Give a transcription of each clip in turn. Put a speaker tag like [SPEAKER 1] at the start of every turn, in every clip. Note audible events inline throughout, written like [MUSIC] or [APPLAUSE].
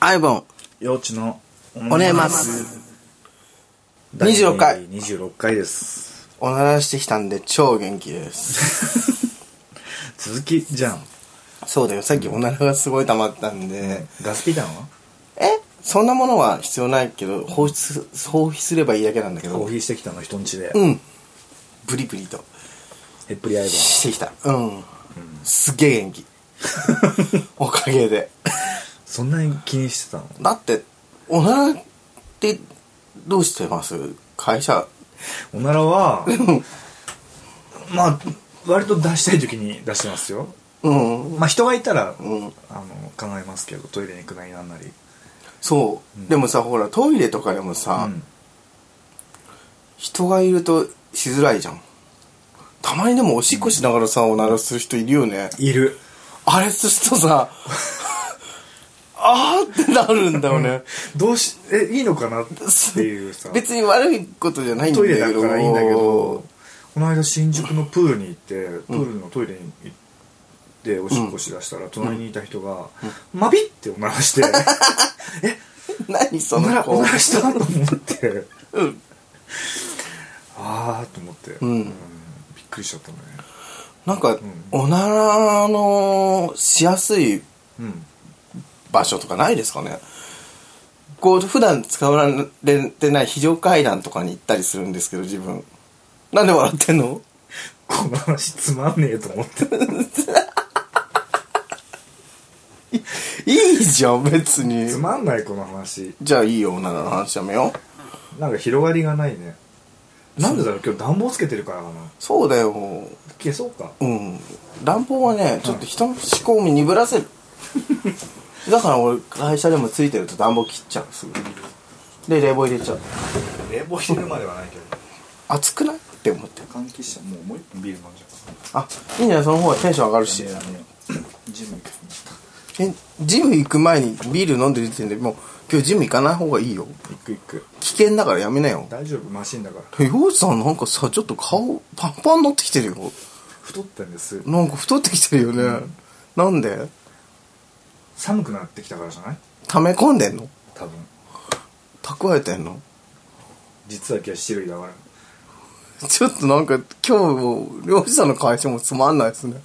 [SPEAKER 1] アイボン、
[SPEAKER 2] 幼稚の
[SPEAKER 1] おねえます。26回
[SPEAKER 2] 第26回です
[SPEAKER 1] おならしてきたんで超元気です。
[SPEAKER 2] 続きじゃん
[SPEAKER 1] そうだよ、さっきおならがすごい溜まったんで。
[SPEAKER 2] ガスピダンは
[SPEAKER 1] えそんなものは必要ないけど、放出、放費すればいいだけなんだけ
[SPEAKER 2] コー
[SPEAKER 1] ど。
[SPEAKER 2] ヒーしてきたの人んちで
[SPEAKER 1] うん。ブリブリと。
[SPEAKER 2] へっぷりアイバー
[SPEAKER 1] してきた。うん。すげえ元 [LAUGHS] 気。おかげで。
[SPEAKER 2] そんなに気にしてたの
[SPEAKER 1] だって、おならってどうしてます会社。
[SPEAKER 2] おならはまあ割と出したい時に出してますよ
[SPEAKER 1] うん。
[SPEAKER 2] まあ人がいたら、
[SPEAKER 1] うん
[SPEAKER 2] あの考えますけどトイレに行くなりなんなり
[SPEAKER 1] そう、でもさ、ほら、トイレとかでもさ、
[SPEAKER 2] うん
[SPEAKER 1] 人がいるとしづらいじゃんたまにでもおしっこしながらさ、おならする人いるよね
[SPEAKER 2] いる
[SPEAKER 1] あれするとさ [LAUGHS] あーってなるんだよね
[SPEAKER 2] どうしえいいのかなっていうさ
[SPEAKER 1] 別に悪いことじゃないんだ
[SPEAKER 2] トイ
[SPEAKER 1] け
[SPEAKER 2] レ
[SPEAKER 1] ど
[SPEAKER 2] だからいいんだけどこの間新宿のプールに行ってプールのトイレに行っておしっこしだしたら隣にいた人が「まび!」っておなら [LAUGHS] して「
[SPEAKER 1] 何そ
[SPEAKER 2] おな
[SPEAKER 1] の
[SPEAKER 2] らお
[SPEAKER 1] 子
[SPEAKER 2] ならした!」と思って
[SPEAKER 1] うん
[SPEAKER 2] ああと思って、
[SPEAKER 1] ん
[SPEAKER 2] びっくりしちゃったね
[SPEAKER 1] なんか、
[SPEAKER 2] ん
[SPEAKER 1] おならのしやすい
[SPEAKER 2] うん
[SPEAKER 1] 場所とかないですかねこう普段使われてない非常階段とかに行ったりするんですけど自分なんで笑ってんの
[SPEAKER 2] この話つまんねえと思って
[SPEAKER 1] いいじゃん別に
[SPEAKER 2] つまんないこの話
[SPEAKER 1] じゃあいいよ、おならの話やめよう。
[SPEAKER 2] なんか広がりがないねなんでだろう今日暖房つけてるからかな
[SPEAKER 1] そうだよ。
[SPEAKER 2] 消そうか
[SPEAKER 1] うん。乱暴はね、ちょっと人の思考を鈍らせ
[SPEAKER 2] [LAUGHS]
[SPEAKER 1] る。だから俺、会社でもついてると暖房切っちゃう、すぐ。で、冷房入れちゃう。
[SPEAKER 2] 冷房してるまではないけど
[SPEAKER 1] 暑くないって思って。
[SPEAKER 2] 換気してもうもう一本ビール飲んじゃう
[SPEAKER 1] あ、いいんじゃないその方がテンション上がるし。
[SPEAKER 2] ジム行く
[SPEAKER 1] え、ジム行く前にビール飲んでる時点でもう、今日ジム行かない方がいいよ。
[SPEAKER 2] 行く行く
[SPEAKER 1] 危険だからやめなよ。
[SPEAKER 2] 大丈夫マシンだから
[SPEAKER 1] 洋一さんなんかさ、ちょっと顔パンパン乗ってきてるよ。
[SPEAKER 2] 太ったんです
[SPEAKER 1] なんか太ってきてるよね。なんで
[SPEAKER 2] 寒くなってきたからじゃない
[SPEAKER 1] 溜め込んでんの
[SPEAKER 2] 多分
[SPEAKER 1] 蓄えてんの
[SPEAKER 2] 実は今日七類だから
[SPEAKER 1] ちょっとなんか今日漁師さんの会社もつまんないですね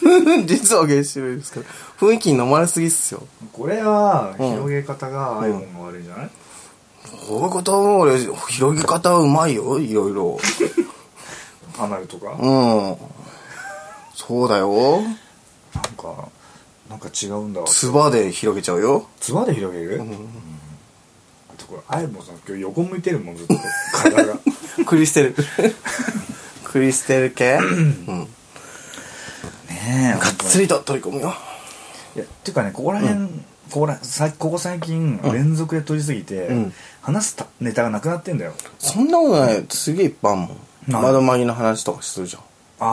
[SPEAKER 1] [LAUGHS] 実は原子類ですけど雰囲気に飲まれすぎっすよ
[SPEAKER 2] これは
[SPEAKER 1] うん
[SPEAKER 2] 広げ方がアイボンが悪いんじゃない、
[SPEAKER 1] こういうことも俺広げ方うまいよいろいろ
[SPEAKER 2] アナルとか、なん
[SPEAKER 1] うんそうだよ
[SPEAKER 2] かなんか違うんだわ
[SPEAKER 1] つばで広げちゃうよ
[SPEAKER 2] つばで広げる、うんあとこれアイボンさん今日横向いてるもんずっと体
[SPEAKER 1] [LAUGHS]
[SPEAKER 2] が
[SPEAKER 1] クリステルクリステル系うん
[SPEAKER 2] ねえ
[SPEAKER 1] がっつりと取り込むよ
[SPEAKER 2] いやっていうかねここら辺、ここらさここ最近連続で撮りすぎて、
[SPEAKER 1] うん
[SPEAKER 2] 話すたネタがなくなってんだよ
[SPEAKER 1] そんなことないすげえいっぱいあんもん
[SPEAKER 2] なん
[SPEAKER 1] 窓マギの話とかするじゃん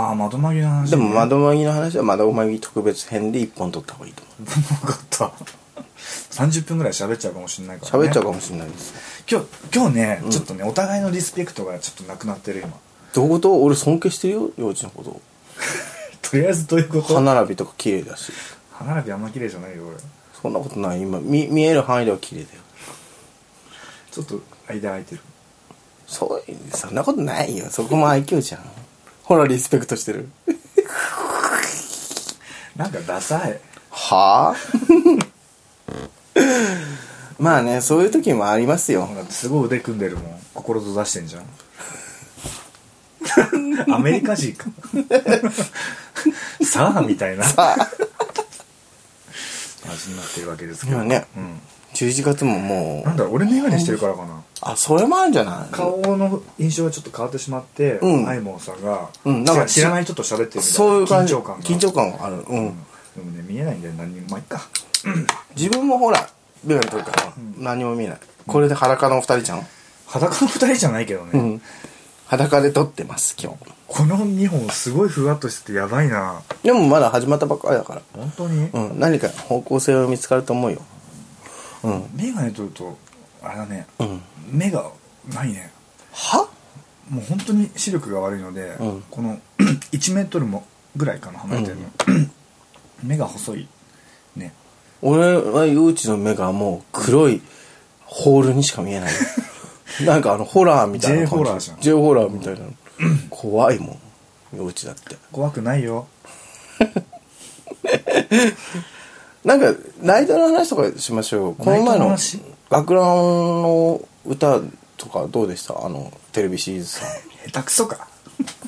[SPEAKER 2] ああ窓紛れの話
[SPEAKER 1] で
[SPEAKER 2] ね、
[SPEAKER 1] も窓マギの話は窓マギ特別編で一本取った方がいいと思う
[SPEAKER 2] 分かった30分ぐらい喋っちゃうかもしれないから、ね、
[SPEAKER 1] 喋っちゃうかもしれないです
[SPEAKER 2] 今日今日ね、ちょっとねお互いのリスペクトがちょっとなくなってる今
[SPEAKER 1] どういうこと俺尊敬してるよ幼稚のこと
[SPEAKER 2] とりあえずどういうこと
[SPEAKER 1] 歯
[SPEAKER 2] 歯
[SPEAKER 1] 並びとか綺麗だし
[SPEAKER 2] 並びあんま綺麗じゃないよ俺
[SPEAKER 1] そんなことない今見見える範囲では綺麗だよ
[SPEAKER 2] ちょっと間空いてる
[SPEAKER 1] そうそんなことないよそこも愛嬌じゃんほらリスペクトしてる
[SPEAKER 2] なんかダサい
[SPEAKER 1] はあ [LAUGHS] まあねそういう時もありますよ
[SPEAKER 2] ほらすごい腕組んでるもん心閉ざしてんじゃ
[SPEAKER 1] [LAUGHS]
[SPEAKER 2] んアメリカ人
[SPEAKER 1] [LAUGHS]
[SPEAKER 2] かサーみたいな味になってるわけですけど
[SPEAKER 1] 今ね
[SPEAKER 2] うん、
[SPEAKER 1] 11月もも
[SPEAKER 2] なん
[SPEAKER 1] う
[SPEAKER 2] だろう俺眼鏡してるからかな
[SPEAKER 1] あそれもあるんじゃない
[SPEAKER 2] 顔の印象がちょっと変わってしまって、
[SPEAKER 1] うん
[SPEAKER 2] アイモンさんが、
[SPEAKER 1] うんなんか
[SPEAKER 2] 知ら知らない人と喋ってるみたいな
[SPEAKER 1] そういう感じ
[SPEAKER 2] 緊張感が
[SPEAKER 1] 緊張感があるうん、
[SPEAKER 2] でもね見えないんだよ何にもまあいっか
[SPEAKER 1] 自分もほら眼鏡取るから、何も見えないこれで裸のお二人じゃん
[SPEAKER 2] 裸の二人じゃないけどね、
[SPEAKER 1] うん。裸で撮ってます、今日。
[SPEAKER 2] この2本すごいふわっとしててやばいな
[SPEAKER 1] でもまだ始まったばっかりだから。
[SPEAKER 2] 本当に、
[SPEAKER 1] うん、何か方向性は見つかると思うよ。うん。
[SPEAKER 2] 眼鏡取るとあれだね、
[SPEAKER 1] うん。
[SPEAKER 2] 目がないね
[SPEAKER 1] は
[SPEAKER 2] もう本当に視力が悪いので、
[SPEAKER 1] うん
[SPEAKER 2] この [CLEARS THROAT] 1メートルもぐらいかな離れてるの、目が細いね
[SPEAKER 1] 俺はうちの目がもう黒いホールにしか見え [LAUGHS] ないなんかあのホラーみたいな
[SPEAKER 2] J ホラーじゃん
[SPEAKER 1] J ホラーみたいな怖いもんうちだって
[SPEAKER 2] 怖くないよ
[SPEAKER 1] なんかライターの話とかしましょうよこの
[SPEAKER 2] ライ
[SPEAKER 1] 前
[SPEAKER 2] ターの
[SPEAKER 1] の
[SPEAKER 2] 話
[SPEAKER 1] 学ランの歌とかどうでしたあのテレビシリーズさん
[SPEAKER 2] 下手くそか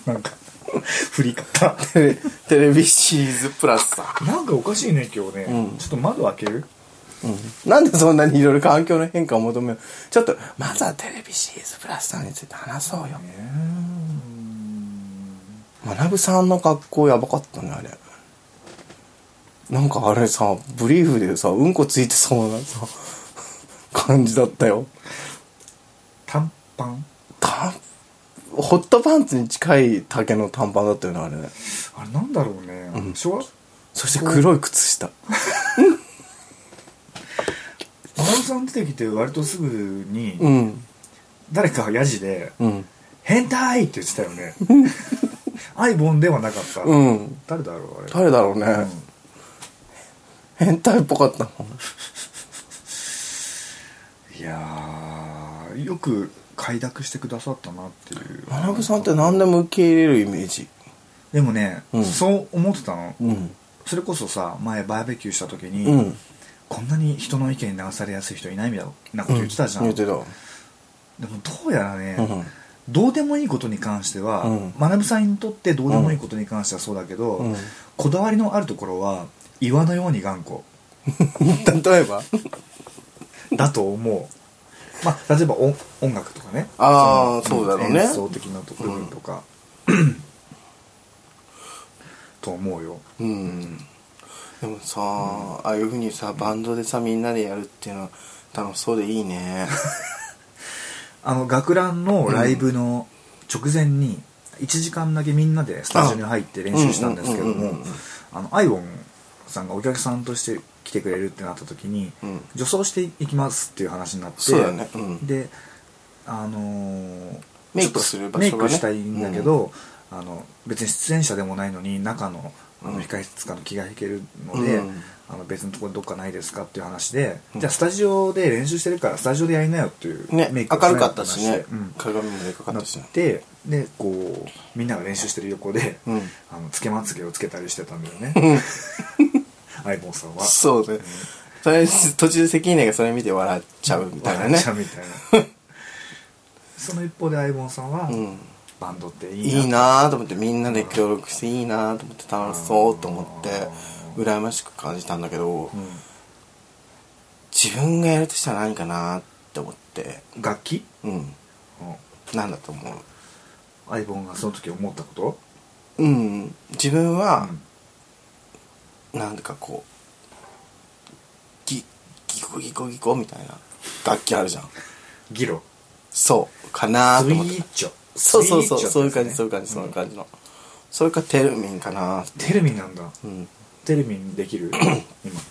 [SPEAKER 2] なんか [LAUGHS] 振り方
[SPEAKER 1] [LAUGHS] テレテレビシリーズプラスさん
[SPEAKER 2] なんかおかしいね今日ね、ちょっと窓開ける
[SPEAKER 1] なんでそんなにいろいろ環境の変化を求めるちょっとまずはテレビシリーズプラスさんについて話そうよ
[SPEAKER 2] うーん
[SPEAKER 1] 学さんの格好やばかったねあれなんかあれさブリーフでさうんこついてそうなさ [LAUGHS] 感じだったよ
[SPEAKER 2] 短パン
[SPEAKER 1] たホットパンツに近い丈の短パンだったよねあれね
[SPEAKER 2] あれなんだろうね、小学
[SPEAKER 1] そして黒い靴下
[SPEAKER 2] マルさん出てきて割とすぐに、
[SPEAKER 1] うん
[SPEAKER 2] 誰かヤジで
[SPEAKER 1] うん
[SPEAKER 2] 「変態!」って言ってたよ [LAUGHS] ねアイボンではなかった、
[SPEAKER 1] うん
[SPEAKER 2] 誰だろうあれ
[SPEAKER 1] 誰だろうね、
[SPEAKER 2] うん
[SPEAKER 1] 変態っぽかったもん
[SPEAKER 2] いやーよく快諾してくださったなっていう
[SPEAKER 1] 学さんって何でも受け入れるイメージ
[SPEAKER 2] でもね、
[SPEAKER 1] うん
[SPEAKER 2] そう思ってたの、
[SPEAKER 1] うん
[SPEAKER 2] それこそさ前バーベキューした時に、
[SPEAKER 1] うん
[SPEAKER 2] こんなに人の意見に流されやすい人いないみたいなこと言ってたじゃん、
[SPEAKER 1] 言っ
[SPEAKER 2] で
[SPEAKER 1] て
[SPEAKER 2] も
[SPEAKER 1] た
[SPEAKER 2] どうやらね、
[SPEAKER 1] うん
[SPEAKER 2] どうでもいいことに関しては、
[SPEAKER 1] うん
[SPEAKER 2] マナブさんにとってどうでもいいことに関してはそうだけど、
[SPEAKER 1] うん
[SPEAKER 2] こだわりのあるところは岩のように頑固
[SPEAKER 1] 例え
[SPEAKER 2] [LAUGHS]
[SPEAKER 1] ば
[SPEAKER 2] だと思う、 [LAUGHS] まあ、例えば音音楽とかね
[SPEAKER 1] あー
[SPEAKER 2] の
[SPEAKER 1] そうだろうね
[SPEAKER 2] 演奏的なところとか、 [CLEARS THROAT] と思うよ
[SPEAKER 1] うんでもさ、ああいうふうにさバンドでさみんなでやるっていうのは楽しそうでいい
[SPEAKER 2] [LAUGHS]
[SPEAKER 1] ね
[SPEAKER 2] あの学ランのライブの直前に1時間だけみんなでスタジオに入って練習したんですけど
[SPEAKER 1] うんうんうん
[SPEAKER 2] も
[SPEAKER 1] うんうん
[SPEAKER 2] あのアイオンさんがお客さんとして来てくれるってなった時に
[SPEAKER 1] うん
[SPEAKER 2] 女装していきますっていう話になって
[SPEAKER 1] そうだねうん
[SPEAKER 2] であのー
[SPEAKER 1] メイクする場所が
[SPEAKER 2] メ
[SPEAKER 1] ね
[SPEAKER 2] イクしたいんだけどあの別に出演者でもないのに中のあの控室かの気が引けるので
[SPEAKER 1] うん
[SPEAKER 2] あの別のところどっかないですかっていう話でじゃあスタジオで練習してるからスタジオでやりなよっていう
[SPEAKER 1] ね明
[SPEAKER 2] メ
[SPEAKER 1] る
[SPEAKER 2] イクをしない
[SPEAKER 1] かったしね、
[SPEAKER 2] うん
[SPEAKER 1] 鏡もでかかっ
[SPEAKER 2] なった
[SPEAKER 1] しね
[SPEAKER 2] てでこうみんなが練習してる横で、
[SPEAKER 1] うん
[SPEAKER 2] あのつけまつげをつけたりしてたんだよね
[SPEAKER 1] うん
[SPEAKER 2] [LAUGHS] アイボンさんは
[SPEAKER 1] そうね、それ途中で関根がそれ見て笑っちゃうみたいなね
[SPEAKER 2] 笑っちゃうみ
[SPEAKER 1] [LAUGHS]
[SPEAKER 2] たいなその一方でアイボンさんは、
[SPEAKER 1] うん、
[SPEAKER 2] バンドっていいない
[SPEAKER 1] いなーと思ってみんなで協力していいなーと思って楽しそうと思って羨ましく感じたんだけど
[SPEAKER 2] う
[SPEAKER 1] 自分がやるとしたら何かなーって思って
[SPEAKER 2] ん、楽器、
[SPEAKER 1] うん
[SPEAKER 2] うん
[SPEAKER 1] なんだと思う
[SPEAKER 2] アイボンがその時思ったこと
[SPEAKER 1] うん自分は、なんかこうギギコギコギコみたいな楽器あるじゃん
[SPEAKER 2] ギロ
[SPEAKER 1] そうかな
[SPEAKER 2] ス
[SPEAKER 1] と
[SPEAKER 2] イ
[SPEAKER 1] 思って
[SPEAKER 2] ーチョ
[SPEAKER 1] そうそうそう
[SPEAKER 2] スイーチ
[SPEAKER 1] そうい
[SPEAKER 2] ョっ
[SPEAKER 1] う
[SPEAKER 2] てや
[SPEAKER 1] 感
[SPEAKER 2] つね
[SPEAKER 1] じそういう感じそういう感じの、それかテルミンかなって
[SPEAKER 2] テレミンなんだ
[SPEAKER 1] うん
[SPEAKER 2] テレミンでき
[SPEAKER 1] [LAUGHS]
[SPEAKER 2] る今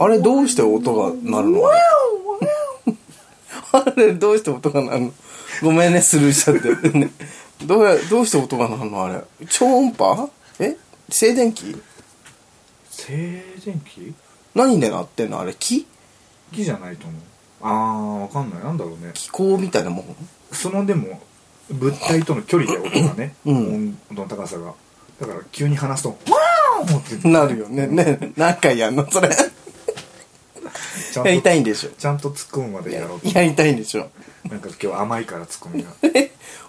[SPEAKER 1] あれどうして音が鳴るの [LAUGHS] あれどうして音が鳴るのごめんねスルーしちゃって、ね、どうやどうして音が鳴るのあれ超音波え静電気
[SPEAKER 2] 静電気
[SPEAKER 1] 何で鳴ってんのあれ木
[SPEAKER 2] 木じゃないと思うあーわかんないなんだろうね
[SPEAKER 1] 気候みたいなもん
[SPEAKER 2] そのでも物体との距離で音がね、
[SPEAKER 1] うん
[SPEAKER 2] 温度の高さがだから急に離すと「ワーン!」って
[SPEAKER 1] なるよね。ね、何回 [LAUGHS] やんのそれ。
[SPEAKER 2] ちゃんと
[SPEAKER 1] やりたいんでしょ。
[SPEAKER 2] ちゃんと突っ込むまでやろうと
[SPEAKER 1] やりたいんでしょ。
[SPEAKER 2] なんか今日甘いから突っ込みが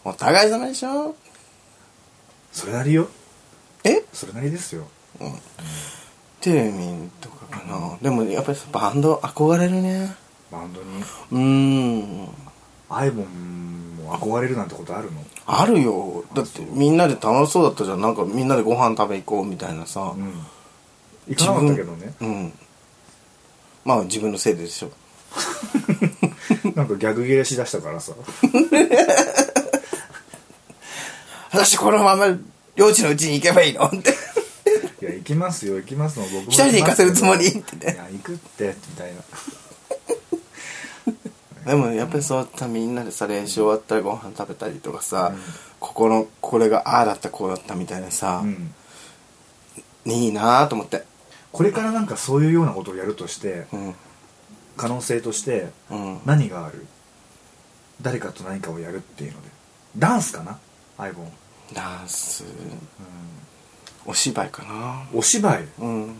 [SPEAKER 1] お互い様でしょ。
[SPEAKER 2] それなりよ
[SPEAKER 1] え
[SPEAKER 2] それなりですよ
[SPEAKER 1] テレミンとかかな。でもやっぱりさバンド憧れるね。
[SPEAKER 2] バンドに
[SPEAKER 1] うーん。
[SPEAKER 2] アイボンも憧れるなんてことあるの
[SPEAKER 1] あるよ。だってみんなで楽しそうだったじゃん。なんかみんなでご飯食べ行こうみたいなさ
[SPEAKER 2] う。ん行かなかったけどね
[SPEAKER 1] うん。まあ自分のせいでしょ。
[SPEAKER 2] なんかギャグ切れしだしたからさ
[SPEAKER 1] 私このまま領地のうちに行けばいいのって。
[SPEAKER 2] いや行きますよ行きますの僕も
[SPEAKER 1] 一人で行かせるつもり
[SPEAKER 2] 行きますけ
[SPEAKER 1] っ
[SPEAKER 2] ど
[SPEAKER 1] てね
[SPEAKER 2] いや行くってみたいな
[SPEAKER 1] でもやっぱりそうやったみんなでさ練習終わったらご飯食べたりとかさ、ここのこれがああだったこうだったみたいなさ、
[SPEAKER 2] うん
[SPEAKER 1] いいなと思って
[SPEAKER 2] これからなんかそういうようなことをやるとして
[SPEAKER 1] うん
[SPEAKER 2] 可能性として
[SPEAKER 1] うん
[SPEAKER 2] 何がある誰かと何かをやるっていうのでダンスかな相棒、
[SPEAKER 1] ダンス
[SPEAKER 2] う、
[SPEAKER 1] お芝居かなん
[SPEAKER 2] お芝居
[SPEAKER 1] うん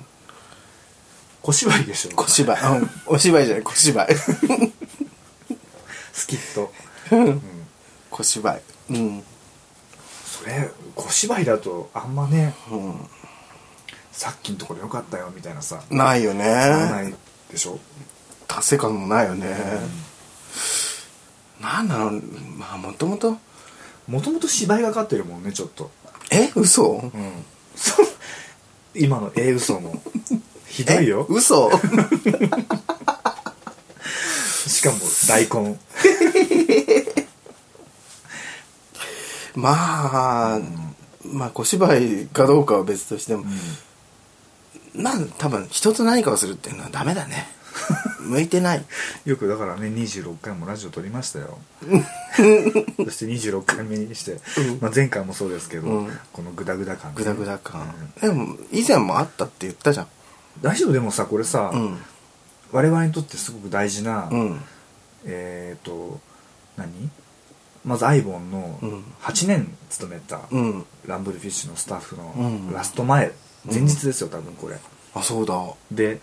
[SPEAKER 2] 小芝居でしょ
[SPEAKER 1] 小芝居、うん、お芝居じゃない小芝居
[SPEAKER 2] スキット、うん、
[SPEAKER 1] 小芝居うん
[SPEAKER 2] それ小芝居だとあんまね
[SPEAKER 1] うん
[SPEAKER 2] さっきのところよかったよみたいなさ
[SPEAKER 1] ないよ
[SPEAKER 2] な
[SPEAKER 1] ね
[SPEAKER 2] いでしょ、
[SPEAKER 1] 達成感もないよね、なんだろうまあもともと
[SPEAKER 2] もともと芝居がかってるもんねちょっと
[SPEAKER 1] え嘘
[SPEAKER 2] うんそう今の「え嘘もひどい [LAUGHS] よ
[SPEAKER 1] え嘘 [LAUGHS]
[SPEAKER 2] しかも大根
[SPEAKER 1] まあ、まあ小芝居かどうかは別としても、なん多分人と何かをするっていうのはダメだ
[SPEAKER 2] [LAUGHS]
[SPEAKER 1] ね向いてない
[SPEAKER 2] よくだからね26回もラジオ撮りましたよそして26回目にして、
[SPEAKER 1] うん
[SPEAKER 2] まあ、前回もそうですけど、
[SPEAKER 1] うん
[SPEAKER 2] このグダグダ感ね
[SPEAKER 1] グダグダ感
[SPEAKER 2] うん、
[SPEAKER 1] でも以前もあったって言ったじゃん
[SPEAKER 2] 大丈夫でもさこれさ、
[SPEAKER 1] うん
[SPEAKER 2] 我々にとってすごく大事な、
[SPEAKER 1] うん
[SPEAKER 2] えっ、と何まずアイボンの
[SPEAKER 1] うん
[SPEAKER 2] 8年勤めた、
[SPEAKER 1] うん
[SPEAKER 2] ランブルフィッシュのスタッフ
[SPEAKER 1] うん
[SPEAKER 2] のラスト前、前日ですよ多分これ
[SPEAKER 1] あそうだ
[SPEAKER 2] で、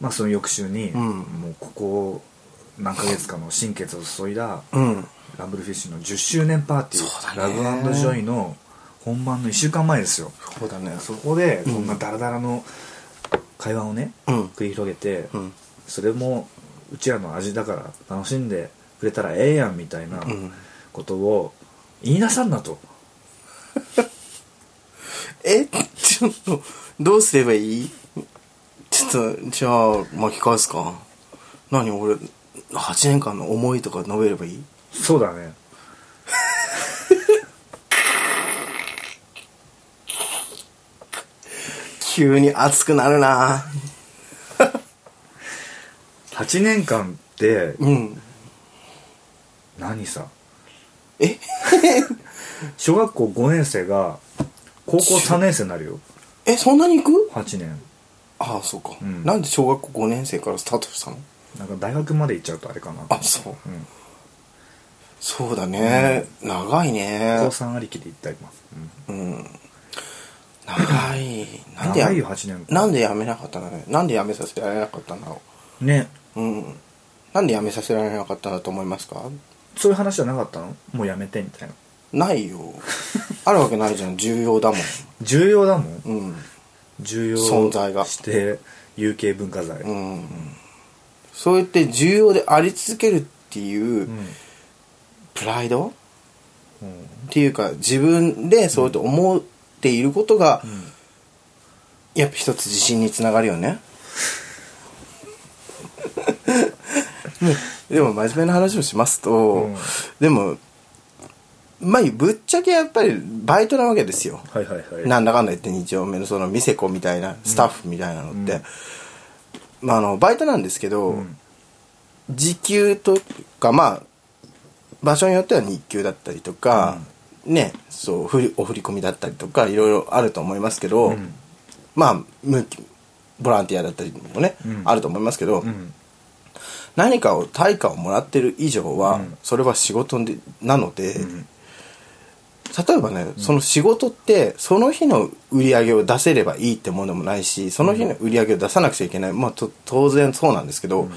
[SPEAKER 2] まあ、その翌週に、
[SPEAKER 1] うん
[SPEAKER 2] もうここ何ヶ月かの心血を注いだ
[SPEAKER 1] うん
[SPEAKER 2] ランブルフィッシュの10周年パーティ
[SPEAKER 1] そう
[SPEAKER 2] ー、
[SPEAKER 1] だね
[SPEAKER 2] ラブジョイの本番の1週間前ですよ
[SPEAKER 1] そうだね
[SPEAKER 2] そこで
[SPEAKER 1] うん
[SPEAKER 2] こんなダラダラの会話をね、
[SPEAKER 1] うん
[SPEAKER 2] 繰り広げて、
[SPEAKER 1] うん
[SPEAKER 2] それもうちらの味だから楽しんでくれたらええやんみたいな
[SPEAKER 1] うん
[SPEAKER 2] ことを言いなさんなと、
[SPEAKER 1] え [LAUGHS] ちょっとどうすればいいちょっとじゃあ巻き返すか何俺8年間の思いとか述べればいい
[SPEAKER 2] そうだね
[SPEAKER 1] 急に熱くなるな
[SPEAKER 2] 8年間って
[SPEAKER 1] うん
[SPEAKER 2] 何さ
[SPEAKER 1] え
[SPEAKER 2] [LAUGHS] 小学校5年生が高校3年生になるよ
[SPEAKER 1] えそんなに行く
[SPEAKER 2] 8年
[SPEAKER 1] ああそうか、
[SPEAKER 2] うん
[SPEAKER 1] なんで小学校5年生からスタートしたの
[SPEAKER 2] なんか大学まで行っちゃうとあれかな
[SPEAKER 1] あそう
[SPEAKER 2] うん
[SPEAKER 1] そうだね、長いね
[SPEAKER 2] 高3ありきで行ってあります、うん
[SPEAKER 1] うん長いなんで
[SPEAKER 2] 長いよ
[SPEAKER 1] や
[SPEAKER 2] 8年間
[SPEAKER 1] なんでやめなかったんだねなんでやめさせられなかったんだろ
[SPEAKER 2] ね
[SPEAKER 1] ううんなんでやめさせられなかったんだと思いますか
[SPEAKER 2] そういう話じゃなかったのもうやめてみたいな
[SPEAKER 1] ないよあるわけないじゃん重要だもん
[SPEAKER 2] 重要だもん、
[SPEAKER 1] うん
[SPEAKER 2] 重要
[SPEAKER 1] 存在が
[SPEAKER 2] して有形文化財、
[SPEAKER 1] うん、そうやって重要であり続けるっていううんプライド、っ
[SPEAKER 2] うん
[SPEAKER 1] ていうか自分でそうやって思っていることが、やっぱ一つ自信につながるよねねでも真面目な話をしますと、
[SPEAKER 2] ん
[SPEAKER 1] でもまあぶっちゃけやっぱりバイトなわけですよ
[SPEAKER 2] はいはいはい
[SPEAKER 1] なんだかんだ言って日曜目のその店子みたいなスタッフみたいなのって、
[SPEAKER 2] うん
[SPEAKER 1] まあ、あのバイトなんですけど、
[SPEAKER 2] うん
[SPEAKER 1] 時給とかまあ場所によっては日給だったりとか、ねそうふりお振り込みだったりとかいろいろあると思いますけど、
[SPEAKER 2] うん
[SPEAKER 1] まあ無期ボランティアだったりもね、
[SPEAKER 2] うん
[SPEAKER 1] あると思いますけど、
[SPEAKER 2] うん
[SPEAKER 1] 何かを対価をもらってる以上は、
[SPEAKER 2] うん
[SPEAKER 1] それは仕事でなので、
[SPEAKER 2] うん
[SPEAKER 1] 例えばね、その仕事ってその日の売り上げを出せればいいってものでもないしその日の売り上げを出さなくちゃいけない、まあ、と当然そうなんですけど、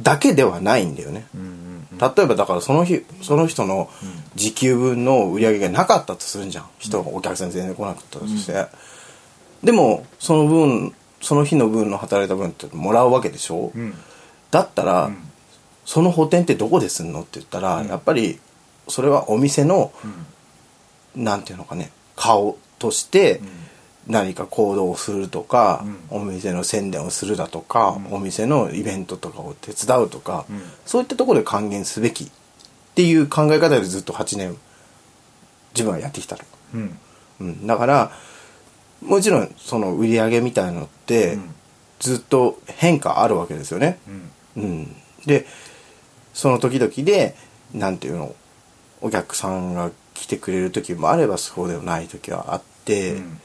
[SPEAKER 1] だけではないんだよね、
[SPEAKER 2] うんうん
[SPEAKER 1] 例えばだからその日その人の時給分の売り上げがなかったとするんじゃん人がお客さん全然来なかったとして、でもその分その日の分の働いた分ってもらうわけでしょ、
[SPEAKER 2] うん
[SPEAKER 1] だったら、その補填ってどこですんのって言ったら、やっぱりそれはお店の、なんていうのかね顔として何か行動をするとか、お店の宣伝をするだとか、お店のイベントとかを手伝うとか、
[SPEAKER 2] ん
[SPEAKER 1] そういったところで還元すべきっていう考え方でずっと8年自分はやってきたの。
[SPEAKER 2] うん
[SPEAKER 1] うん、だからもちろんその売り上げみたいのって、
[SPEAKER 2] うん
[SPEAKER 1] ずっと変化あるわけですよね。
[SPEAKER 2] うん
[SPEAKER 1] うん、でその時々でなんていうのお客さんが来てくれる時もあればそうでもない時はあって、
[SPEAKER 2] うん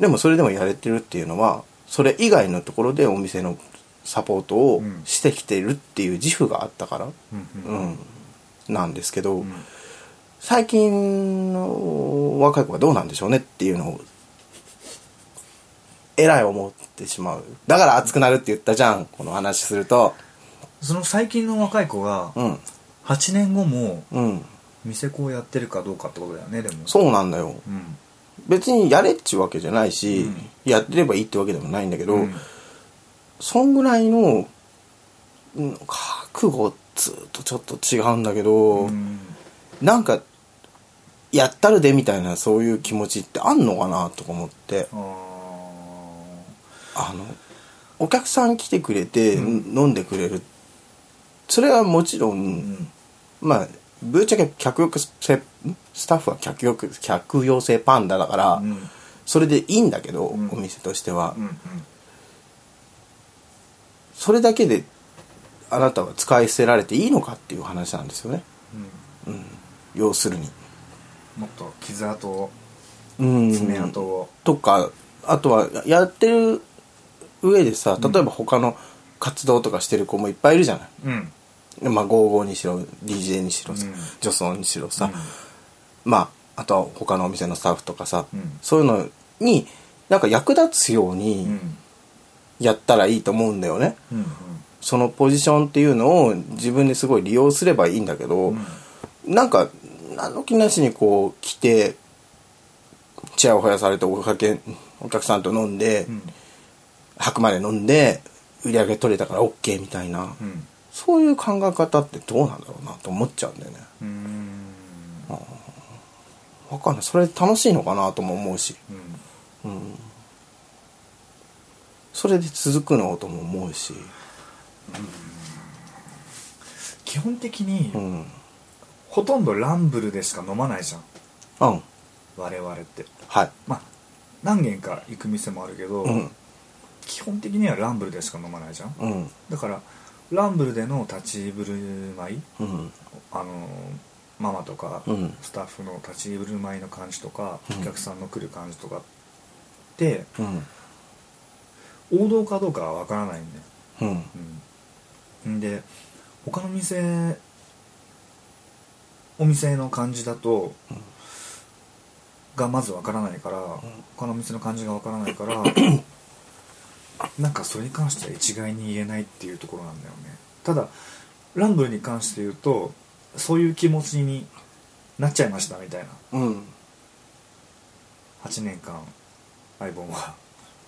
[SPEAKER 1] でもそれでもやれてるっていうのはそれ以外のところでお店のサポートを
[SPEAKER 2] うん
[SPEAKER 1] してきてるっていう自負があったから、
[SPEAKER 2] うんう
[SPEAKER 1] うんん、なんですけど、
[SPEAKER 2] うん
[SPEAKER 1] 最近の若い子はどうなんでしょうねっていうのをえらい思ってしまうだから熱くなるって言ったじゃんこの話すると
[SPEAKER 2] その最近の若い子が
[SPEAKER 1] うん
[SPEAKER 2] 8年後も
[SPEAKER 1] うん
[SPEAKER 2] 店子をやってるかどうかってことだよねでも
[SPEAKER 1] そうなんだよ
[SPEAKER 2] う、ん、
[SPEAKER 1] 別にやれっちゅうわけじゃないし、
[SPEAKER 2] うん
[SPEAKER 1] やってればいいってわけでもないんだけど、
[SPEAKER 2] うん
[SPEAKER 1] そんぐらいのうん覚悟っつうとちょっと違うんだけど、
[SPEAKER 2] うん
[SPEAKER 1] なんかやったるでみたいなそういう気持ちってあんのかなとか思って
[SPEAKER 2] あー
[SPEAKER 1] あのお客さん来てくれて、
[SPEAKER 2] う
[SPEAKER 1] 飲んでくれるそれはもちろん、
[SPEAKER 2] うん
[SPEAKER 1] まあぶっちゃけ客欲せんスタッフは客欲客用性パンダだから、
[SPEAKER 2] うん
[SPEAKER 1] それでいいんだけど、
[SPEAKER 2] うん
[SPEAKER 1] お店としては、
[SPEAKER 2] うんうん
[SPEAKER 1] それだけであなたは使い捨てられていいのかっていう話なんですよね、
[SPEAKER 2] うん
[SPEAKER 1] うん、要するに。
[SPEAKER 2] もっと傷跡を
[SPEAKER 1] うん
[SPEAKER 2] 爪痕を
[SPEAKER 1] とかあとはやってる上でさ例えば他の活動とかしてる子もいっぱいいるじゃない、
[SPEAKER 2] うん
[SPEAKER 1] まあ、55にしろ DJ にしろさ、
[SPEAKER 2] うん
[SPEAKER 1] 女装にしろさ、まああとは他のお店のスタッフとかさ、
[SPEAKER 2] うん
[SPEAKER 1] そういうのになんか役立つよう
[SPEAKER 2] う
[SPEAKER 1] に
[SPEAKER 2] ん
[SPEAKER 1] やったらいいと思うんだよね、
[SPEAKER 2] うん
[SPEAKER 1] そのポジションっていうのを自分ですごい利用すればいいんだけど、
[SPEAKER 2] うんうん
[SPEAKER 1] なんか何の気なしにこう来てチヤホヤされておかけお客さんと飲んで、
[SPEAKER 2] うん
[SPEAKER 1] 吐くまで飲んで売り上げ取れたから OK みたいな、
[SPEAKER 2] うん
[SPEAKER 1] そういう考え方ってどうなんだろうなと思っちゃうんだよね
[SPEAKER 2] うーん
[SPEAKER 1] 分かんないそれ楽しいのかなとも思うし
[SPEAKER 2] うん
[SPEAKER 1] それで続くのとも思うし
[SPEAKER 2] 基本的に
[SPEAKER 1] うん
[SPEAKER 2] ほとんどランブルでしか飲まないじゃん
[SPEAKER 1] うん
[SPEAKER 2] 我々って
[SPEAKER 1] はい
[SPEAKER 2] まあ何軒か行く店もあるけど、
[SPEAKER 1] うん
[SPEAKER 2] 基本的にはランブルでしか飲まないじゃん
[SPEAKER 1] うん
[SPEAKER 2] だからランブルでの立ち振る舞い
[SPEAKER 1] うん
[SPEAKER 2] あのママとか、
[SPEAKER 1] うん
[SPEAKER 2] スタッフの立ち振る舞いの感じとか、お客さんの来る感じとかって
[SPEAKER 1] うん
[SPEAKER 2] 王道かどうかは分からないんだよ、
[SPEAKER 1] うん
[SPEAKER 2] うん、んで他の店お店の感じだと、がまず分からないから、他の店の感じが分からないからなんかそれに関しては一概に言えないっていうところなんだよねただランブルに関して言うとそういう気持ちになっちゃいましたみたいな
[SPEAKER 1] うん
[SPEAKER 2] 8年間相棒は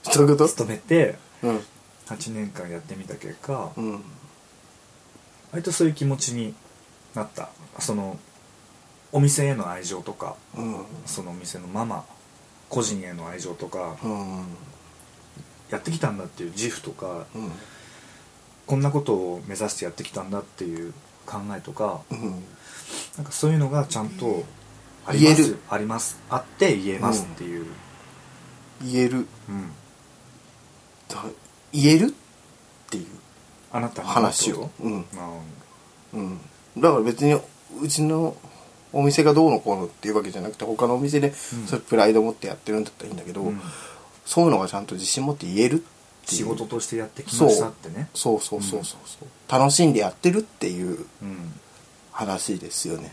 [SPEAKER 1] そういうこと
[SPEAKER 2] 勤めて
[SPEAKER 1] うん
[SPEAKER 2] 8年間やってみた結果、
[SPEAKER 1] うん
[SPEAKER 2] 割とそういう気持ちになったそのお店への愛情とか
[SPEAKER 1] うん
[SPEAKER 2] そのお店のママ個人への愛情とか、
[SPEAKER 1] うん
[SPEAKER 2] やってきたんだっていう自負とか
[SPEAKER 1] うん
[SPEAKER 2] こんなことを目指してやってきたんだっていう考えとか
[SPEAKER 1] うん
[SPEAKER 2] なんかそういうのがちゃんとあり
[SPEAKER 1] 言
[SPEAKER 2] ま
[SPEAKER 1] える
[SPEAKER 2] すありますあって言えますっていう、
[SPEAKER 1] 言える
[SPEAKER 2] うん
[SPEAKER 1] だ言えるっていう
[SPEAKER 2] あなたの
[SPEAKER 1] 話を
[SPEAKER 2] うん
[SPEAKER 1] うんうん、だから別にうちのお店がどうのこうのっていうわけじゃなくて他のお店でそれプライド持ってやってるんだったらいいんだけど、
[SPEAKER 2] うん
[SPEAKER 1] そういうのがちゃんと自信持って言えるっていう
[SPEAKER 2] 仕事としてやってきましたってね
[SPEAKER 1] そうそうそうそうそう、楽しんでやってるっていう
[SPEAKER 2] うん
[SPEAKER 1] 話ですよね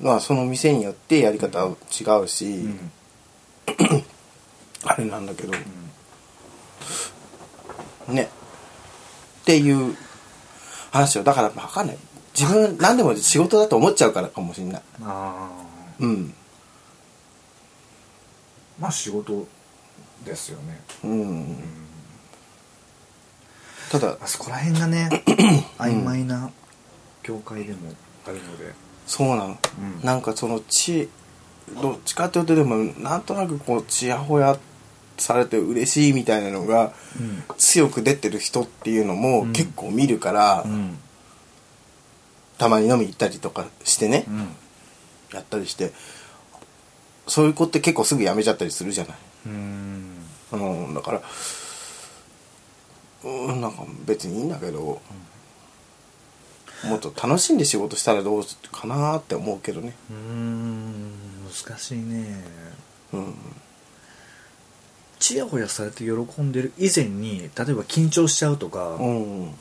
[SPEAKER 1] まあその店によってやり方は違うし、
[SPEAKER 2] うんうん
[SPEAKER 1] あれなんだけど、ねっていう話をだから分かんない自分何でも仕事だと思っちゃうからかもしれない
[SPEAKER 2] ああ
[SPEAKER 1] うん
[SPEAKER 2] まあ仕事ですよね
[SPEAKER 1] うんただ
[SPEAKER 2] あそこら辺が [CLEARS THROAT] ね曖昧な業界でもあるので
[SPEAKER 1] そうなの、
[SPEAKER 2] うん
[SPEAKER 1] なんかそのちどっちかっていうとでもなんとなくこうちやほやされて嬉しいみたいなのが
[SPEAKER 2] うん
[SPEAKER 1] 強く出てる人っていうのも
[SPEAKER 2] うん
[SPEAKER 1] 結構見るから、
[SPEAKER 2] うん
[SPEAKER 1] たまに飲み行ったりとかしてね、やったりしてそういう子って結構すぐ辞めちゃったりするじゃない
[SPEAKER 2] うん
[SPEAKER 1] うん、だからうんなんか別にいいんだけど、もっと楽しんで仕事したらどうかなって思うけどね
[SPEAKER 2] うん難しいね
[SPEAKER 1] うん
[SPEAKER 2] ちやほやされて喜んでる以前に例えば緊張しちゃうとか、
[SPEAKER 1] うん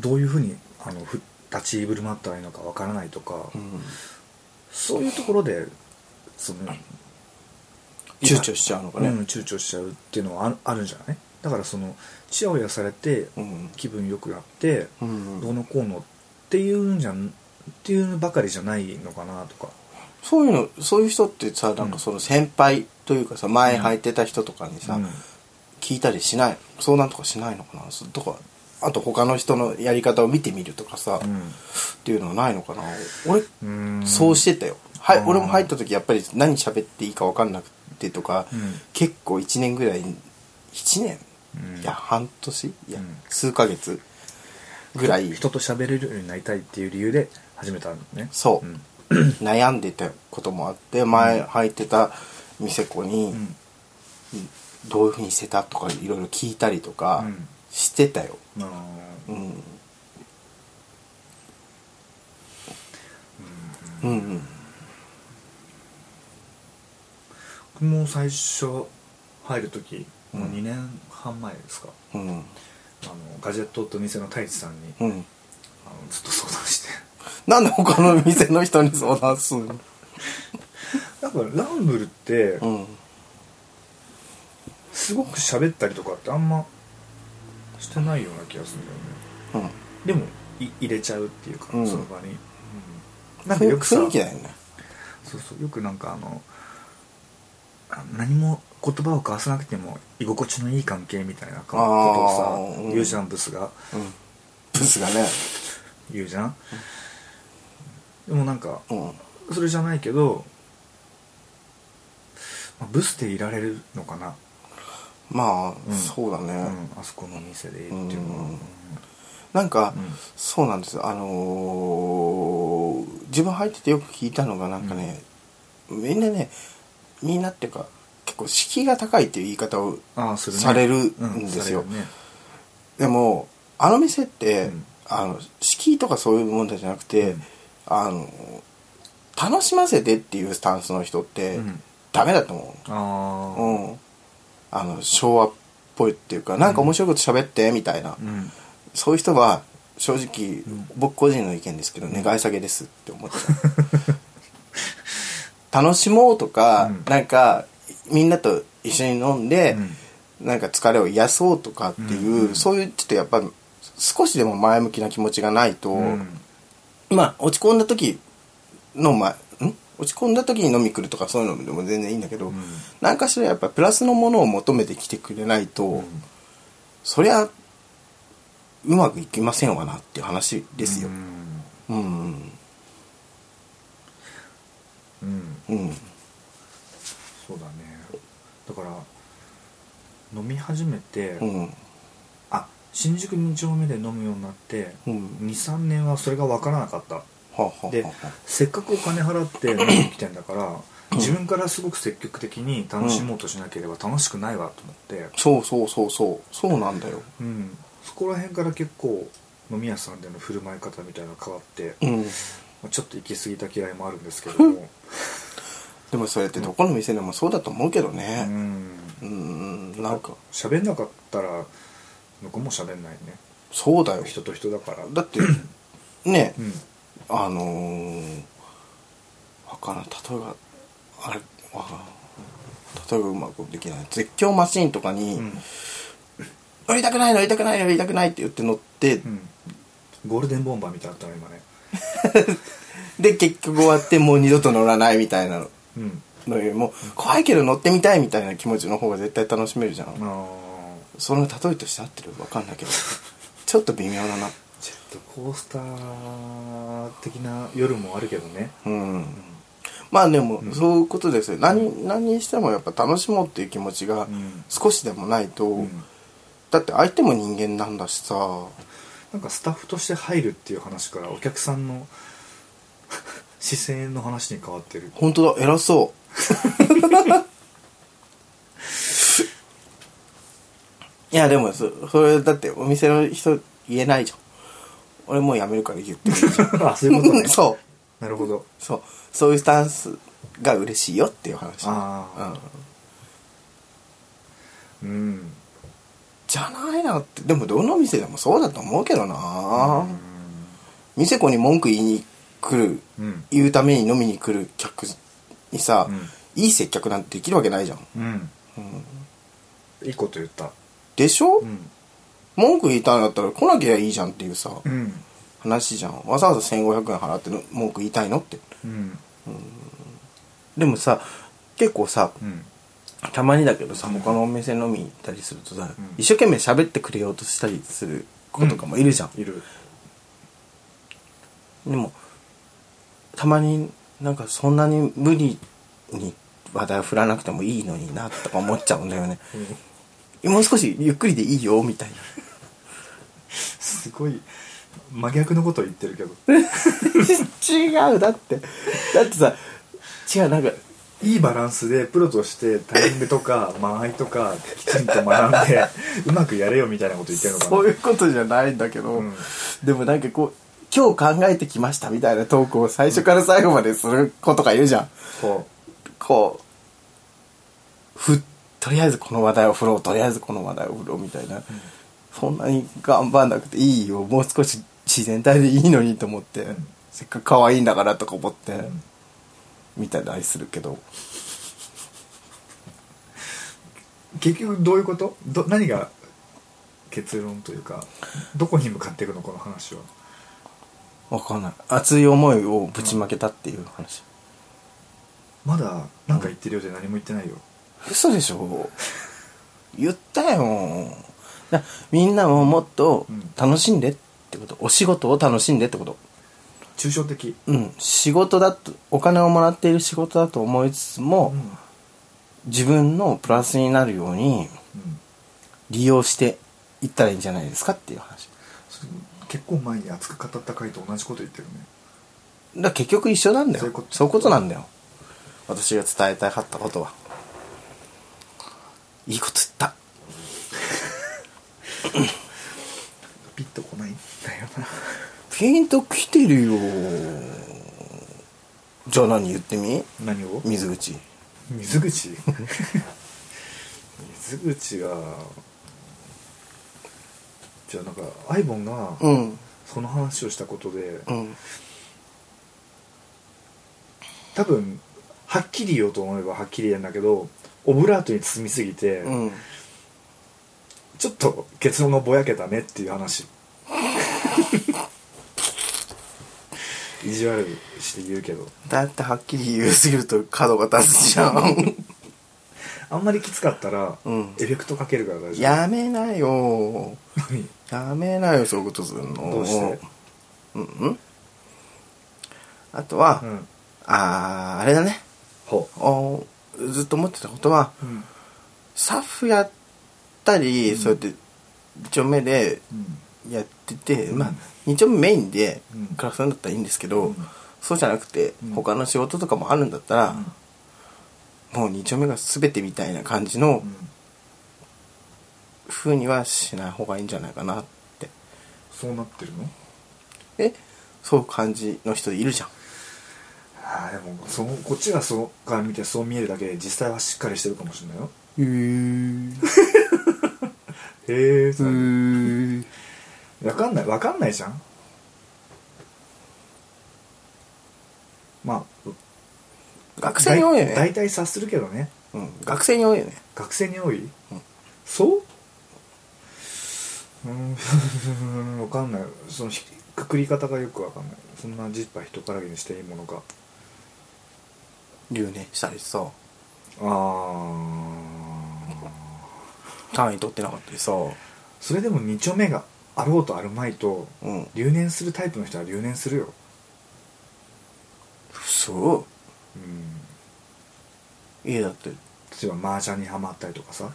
[SPEAKER 2] どういうふうにあのふ立ち振る舞ったらいいのかわからないとか、
[SPEAKER 1] うん
[SPEAKER 2] そういうところでその、
[SPEAKER 1] 躊躇しちゃうのか
[SPEAKER 2] う
[SPEAKER 1] ね、
[SPEAKER 2] ん、躊躇しちゃうっていうのはあるあるんじゃないだからそのちやほやされて
[SPEAKER 1] うん
[SPEAKER 2] 気分よくやって、
[SPEAKER 1] うん
[SPEAKER 2] どうのこうのっていうんじゃんっていうのばかりじゃないのかなとか
[SPEAKER 1] そういうのそういう人ってさなんかその先輩というかさ前履いてた人とかにさ、
[SPEAKER 2] うん
[SPEAKER 1] 聞いたりしない相談とかしないのかなそとかあと他の人のやり方を見てみるとかさ、っ
[SPEAKER 2] うん
[SPEAKER 1] ていうのはないのかな俺、
[SPEAKER 2] うん
[SPEAKER 1] そうしてたよ、はい
[SPEAKER 2] うん
[SPEAKER 1] 俺も入った時やっぱり何喋っていいか分かんなくてとか、
[SPEAKER 2] うん
[SPEAKER 1] 結構1年ぐらい1年、
[SPEAKER 2] うん
[SPEAKER 1] いや半年いや、
[SPEAKER 2] うん
[SPEAKER 1] 数ヶ月ぐらい
[SPEAKER 2] 人と喋れるようになりたいっていう理由で始めたのね
[SPEAKER 1] そう、
[SPEAKER 2] ん
[SPEAKER 1] [CLEARS THROAT] 悩んでたこともあって前入ってた店子に
[SPEAKER 2] うん
[SPEAKER 1] どういうふうにしてたとかいろいろ聞いたりとか
[SPEAKER 2] うん
[SPEAKER 1] してたよ、
[SPEAKER 2] あの
[SPEAKER 1] う
[SPEAKER 2] ー
[SPEAKER 1] んうんうん
[SPEAKER 2] 僕も最初入る時もう2年半前ですか、
[SPEAKER 1] うん
[SPEAKER 2] あのガジェットと店の太一さんに、
[SPEAKER 1] う
[SPEAKER 2] あの
[SPEAKER 1] ん
[SPEAKER 2] ずっと相談して [LAUGHS]
[SPEAKER 1] なんで他の店の人に相談すんの
[SPEAKER 2] なんかランブルって、
[SPEAKER 1] うん
[SPEAKER 2] すごく喋ったりとかってあんましてないような気がするんだよね
[SPEAKER 1] うん
[SPEAKER 2] でもい入れちゃうっていうか、
[SPEAKER 1] うん
[SPEAKER 2] その場に、なんかよくさ
[SPEAKER 1] 雰囲気だよね
[SPEAKER 2] そうそうよくなんかあのあ何も言葉を交わさなくても居心地のいい関係みたいなこと
[SPEAKER 1] あ
[SPEAKER 2] をさ
[SPEAKER 1] ーうん
[SPEAKER 2] 言うじゃんブスが
[SPEAKER 1] うんブスがね
[SPEAKER 2] 言うじゃん、でもなんか
[SPEAKER 1] うん
[SPEAKER 2] それじゃないけど、まあブスでいられるのかな、
[SPEAKER 1] まあ、
[SPEAKER 2] うん
[SPEAKER 1] そうだね、
[SPEAKER 2] うん、あそこのお店でっていうのは、
[SPEAKER 1] うんなんか、
[SPEAKER 2] うん
[SPEAKER 1] そうなんですよあのー自分入っててよく聞いたのがなんかね、みんなねみんなっていうか結構敷居が高いっていう言い方を
[SPEAKER 2] ああするね
[SPEAKER 1] されるんですよ
[SPEAKER 2] うんされるね
[SPEAKER 1] でもあの店って、
[SPEAKER 2] うん
[SPEAKER 1] あの敷居とかそういう問題じゃなくて、
[SPEAKER 2] うん
[SPEAKER 1] あの楽しませてっていうスタンスの人って、
[SPEAKER 2] うん
[SPEAKER 1] ダメだと思
[SPEAKER 2] あ
[SPEAKER 1] う、
[SPEAKER 2] あ
[SPEAKER 1] うん、あの昭和っぽいっていうかなんか面白いこと喋ってみたいな、
[SPEAKER 2] うん
[SPEAKER 1] そういう人は正直、
[SPEAKER 2] ん
[SPEAKER 1] 僕個人の意見ですけど願い下げですって思っち
[SPEAKER 2] [LAUGHS]
[SPEAKER 1] ゃう楽しもうとか、
[SPEAKER 2] うん
[SPEAKER 1] なんかみんなと一緒に飲んで、なんか疲れを癒そうとかっていう、
[SPEAKER 2] うんうん
[SPEAKER 1] そういうちょっとやっぱり少しでも前向きな気持ちがないと、
[SPEAKER 2] うん
[SPEAKER 1] まあ落ち込んだ時の前ん落ち込んだ時に飲み来るとかそういうのでも全然いいんだけど、
[SPEAKER 2] うん
[SPEAKER 1] なんかしらやっぱプラスのものを求めてきてくれないと、そりゃうまくいきませんわなっていう話ですよ
[SPEAKER 2] う。
[SPEAKER 1] う
[SPEAKER 2] ん
[SPEAKER 1] ん
[SPEAKER 2] うん
[SPEAKER 1] うんうん
[SPEAKER 2] そうだねだから飲み始めて、
[SPEAKER 1] うん
[SPEAKER 2] あ新宿2丁目で飲むようになって、
[SPEAKER 1] うん
[SPEAKER 2] 23年はそれが分からなかった
[SPEAKER 1] はあはあはあ
[SPEAKER 2] でせっかくお金払って飲みに来てんだから自分からすごく積極的に楽しもうとしなければ楽しくないわと思って、
[SPEAKER 1] そうそうそうそうそうなんだよ。
[SPEAKER 2] うん、そこら辺から結構飲み屋さんでの振る舞い方みたいなの変わって、
[SPEAKER 1] う
[SPEAKER 2] ま
[SPEAKER 1] ん
[SPEAKER 2] あちょっと行き過ぎた嫌いもあるんですけども、
[SPEAKER 1] でもそれってどこの店でもそうだと思うけど
[SPEAKER 2] う
[SPEAKER 1] ね。
[SPEAKER 2] ん、
[SPEAKER 1] うんうんなんか
[SPEAKER 2] 喋んなかったら向こうも喋んないね
[SPEAKER 1] そうだよ。
[SPEAKER 2] 人と人だから
[SPEAKER 1] だってね
[SPEAKER 2] うん
[SPEAKER 1] あのー、わからん例えばあれわからん例えばうまくできない絶叫マシーンとかに
[SPEAKER 2] うん
[SPEAKER 1] 「乗りたくない乗りたくない乗りたくない」って言って乗って、
[SPEAKER 2] うんゴールデンボンバーみたいだったの今ね
[SPEAKER 1] で結局終わってもう二度と乗らないみたいなの。
[SPEAKER 2] うん
[SPEAKER 1] のよりも怖いけど乗ってみたいみたいな気持ちの方が絶対楽しめるじゃん、
[SPEAKER 2] あー
[SPEAKER 1] その例えとして合ってるわかんない
[SPEAKER 2] [LAUGHS]
[SPEAKER 1] けどちょっと微妙だな
[SPEAKER 2] ジェットコースター的な夜もあるけどね
[SPEAKER 1] うん、まあでも、そういうことですよ何何にしてもやっぱ楽しもうっていう気持ちが
[SPEAKER 2] ん
[SPEAKER 1] 少しでもないと、
[SPEAKER 2] うん
[SPEAKER 1] だって相手も人間なんだしさ
[SPEAKER 2] なんかスタッフとして入るっていう話からお客さんの [LAUGHS] 視線の話に変わってる
[SPEAKER 1] 本当だ偉そういやでもそそれだってお店の人言えないじゃん俺もうやめるから言ってもいいじゃん
[SPEAKER 2] [LAUGHS] あ [LAUGHS] そういうこと
[SPEAKER 1] [LAUGHS]
[SPEAKER 2] ね
[SPEAKER 1] そう
[SPEAKER 2] なるほど
[SPEAKER 1] そうそういうスタンスが嬉しいよっていう話
[SPEAKER 2] ああ
[SPEAKER 1] うん
[SPEAKER 2] うん
[SPEAKER 1] じゃないなってでもどの店でもそうだと思うけどな店子に文句言いに来る、
[SPEAKER 2] うん
[SPEAKER 1] 言うために飲みに来る客にさ、
[SPEAKER 2] うん
[SPEAKER 1] いい接客なんてできるわけないじゃん
[SPEAKER 2] うんいいこと言った
[SPEAKER 1] でしょ、
[SPEAKER 2] ん
[SPEAKER 1] 文句言いたいんだったら来なきゃいいじゃんっていうさ、
[SPEAKER 2] うん
[SPEAKER 1] 話じゃんわざわざ1500円払っての文句言いたいのって
[SPEAKER 2] うん
[SPEAKER 1] でもさ結構さ
[SPEAKER 2] うん
[SPEAKER 1] たまにだけどさ他のお店飲みに行ったりするとさ、
[SPEAKER 2] ん
[SPEAKER 1] 一生懸命喋ってくれようとしたりする子とかもいるじゃん、
[SPEAKER 2] いる
[SPEAKER 1] でもたまになんかそんなに無理に話題を振らなくてもいいのになとか思っちゃうんだよねもう少しゆっくりでいいよみたいな
[SPEAKER 2] すごい真逆のことを言ってるけど
[SPEAKER 1] 違うだってだってさ違うなんか
[SPEAKER 2] いいバランスでプロとしてタイミングとか間合いとかきちんと学んでうまくやれよみたいなこと言ってるのかな
[SPEAKER 1] そういうことじゃないんだけど、
[SPEAKER 2] うん
[SPEAKER 1] でもなんかこう今日考えてきましたみたいなトークを最初から最後までする子とかいるじゃん
[SPEAKER 2] こ
[SPEAKER 1] こうふとりあえずこの話題を振ろうとりあえずこの話題を振ろうみたいな、そんなに頑張んなくていいよもう少し自然体でいいのにと思って、
[SPEAKER 2] ん
[SPEAKER 1] せっかく可愛いんだからとか思って、
[SPEAKER 2] ん
[SPEAKER 1] みたいな愛するけど
[SPEAKER 2] う結局どういうことど何が結論というかどこに向かっていくのこの話は
[SPEAKER 1] わかんない熱い思いをぶちまけたっていう話、
[SPEAKER 2] まだ何か言ってるようで何も言ってないよ
[SPEAKER 1] 嘘でしょ言ったよなみんなももっと
[SPEAKER 2] うん
[SPEAKER 1] 楽しんでってことお仕事を楽しんでってこと
[SPEAKER 2] 抽象的
[SPEAKER 1] うん仕事だとお金をもらっている仕事だと思いつつも、
[SPEAKER 2] うん
[SPEAKER 1] 自分のプラスになるように
[SPEAKER 2] うん
[SPEAKER 1] 利用していったらいいんじゃないですかっていう話
[SPEAKER 2] それ結構前に熱く語った回と同じこと言ってるね
[SPEAKER 1] だから結局一緒なんだよ
[SPEAKER 2] そういうこと
[SPEAKER 1] そういうことなんだよ私が伝えたかったことはいいこと言った
[SPEAKER 2] ピッとこないんだよな
[SPEAKER 1] ピンと来てるよじゃあ何言ってみ
[SPEAKER 2] 何を
[SPEAKER 1] 水口
[SPEAKER 2] 水口水口がじゃあなんかアイボンが
[SPEAKER 1] うん
[SPEAKER 2] その話をしたことで
[SPEAKER 1] うん
[SPEAKER 2] 多分はっきり言おうと思えばはっきり言えんだけどオブラートに包みすぎて、
[SPEAKER 1] うん
[SPEAKER 2] ちょっと結論がぼやけたねっていう話意地悪して言うけど
[SPEAKER 1] だってはっきり言いすぎると角が立つじゃ [LAUGHS] ん
[SPEAKER 2] あんまりきつかったら、
[SPEAKER 1] うん
[SPEAKER 2] エフェクトかけるから大丈夫
[SPEAKER 1] やめなよ
[SPEAKER 2] 何
[SPEAKER 1] やめなよそういうことするの
[SPEAKER 2] [LAUGHS] どうして
[SPEAKER 1] うんうんあとは、
[SPEAKER 2] うん
[SPEAKER 1] あーあれだね
[SPEAKER 2] ほ
[SPEAKER 1] おずっと思ってたことは
[SPEAKER 2] ううん
[SPEAKER 1] スタッフやったり、そうやって一丁目で
[SPEAKER 2] うん
[SPEAKER 1] やってて、まあ
[SPEAKER 2] うん
[SPEAKER 1] 二丁目メインで
[SPEAKER 2] うん
[SPEAKER 1] クラフトだったらいいんですけど、
[SPEAKER 2] うん
[SPEAKER 1] そうじゃなくて、
[SPEAKER 2] うん
[SPEAKER 1] 他の仕事とかもあるんだったら、もう二丁目が全てみたいな感じの
[SPEAKER 2] うん
[SPEAKER 1] 風にはしない方がいいんじゃないかなって
[SPEAKER 2] そうなってるの
[SPEAKER 1] えそういう感じの人いるじゃん
[SPEAKER 2] ああでもそのこっちがそうから見てそう見えるだけで実際はしっかりしてるかもしれないよ
[SPEAKER 1] へー
[SPEAKER 2] へえ
[SPEAKER 1] うー
[SPEAKER 2] わかんないわかんないじゃんまあ
[SPEAKER 1] [LAUGHS] 学生に多いよ
[SPEAKER 2] だ大
[SPEAKER 1] ね、
[SPEAKER 2] 体察するけどね
[SPEAKER 1] うん、学生に多いよね
[SPEAKER 2] 学生に多い、
[SPEAKER 1] うん
[SPEAKER 2] そううーん [LAUGHS] わかんないそのひくくり方がよくわかんないそんなジッパー人からげにしていいものか
[SPEAKER 1] 留年したりさ
[SPEAKER 2] ああ
[SPEAKER 1] 単位取ってなかったりさ
[SPEAKER 2] それでも2丁目があろうとあるまいと
[SPEAKER 1] うん
[SPEAKER 2] 留年するタイプの人は留年するよ
[SPEAKER 1] そ
[SPEAKER 2] うん
[SPEAKER 1] ういやだって
[SPEAKER 2] 例えば麻雀にはまったりとかさ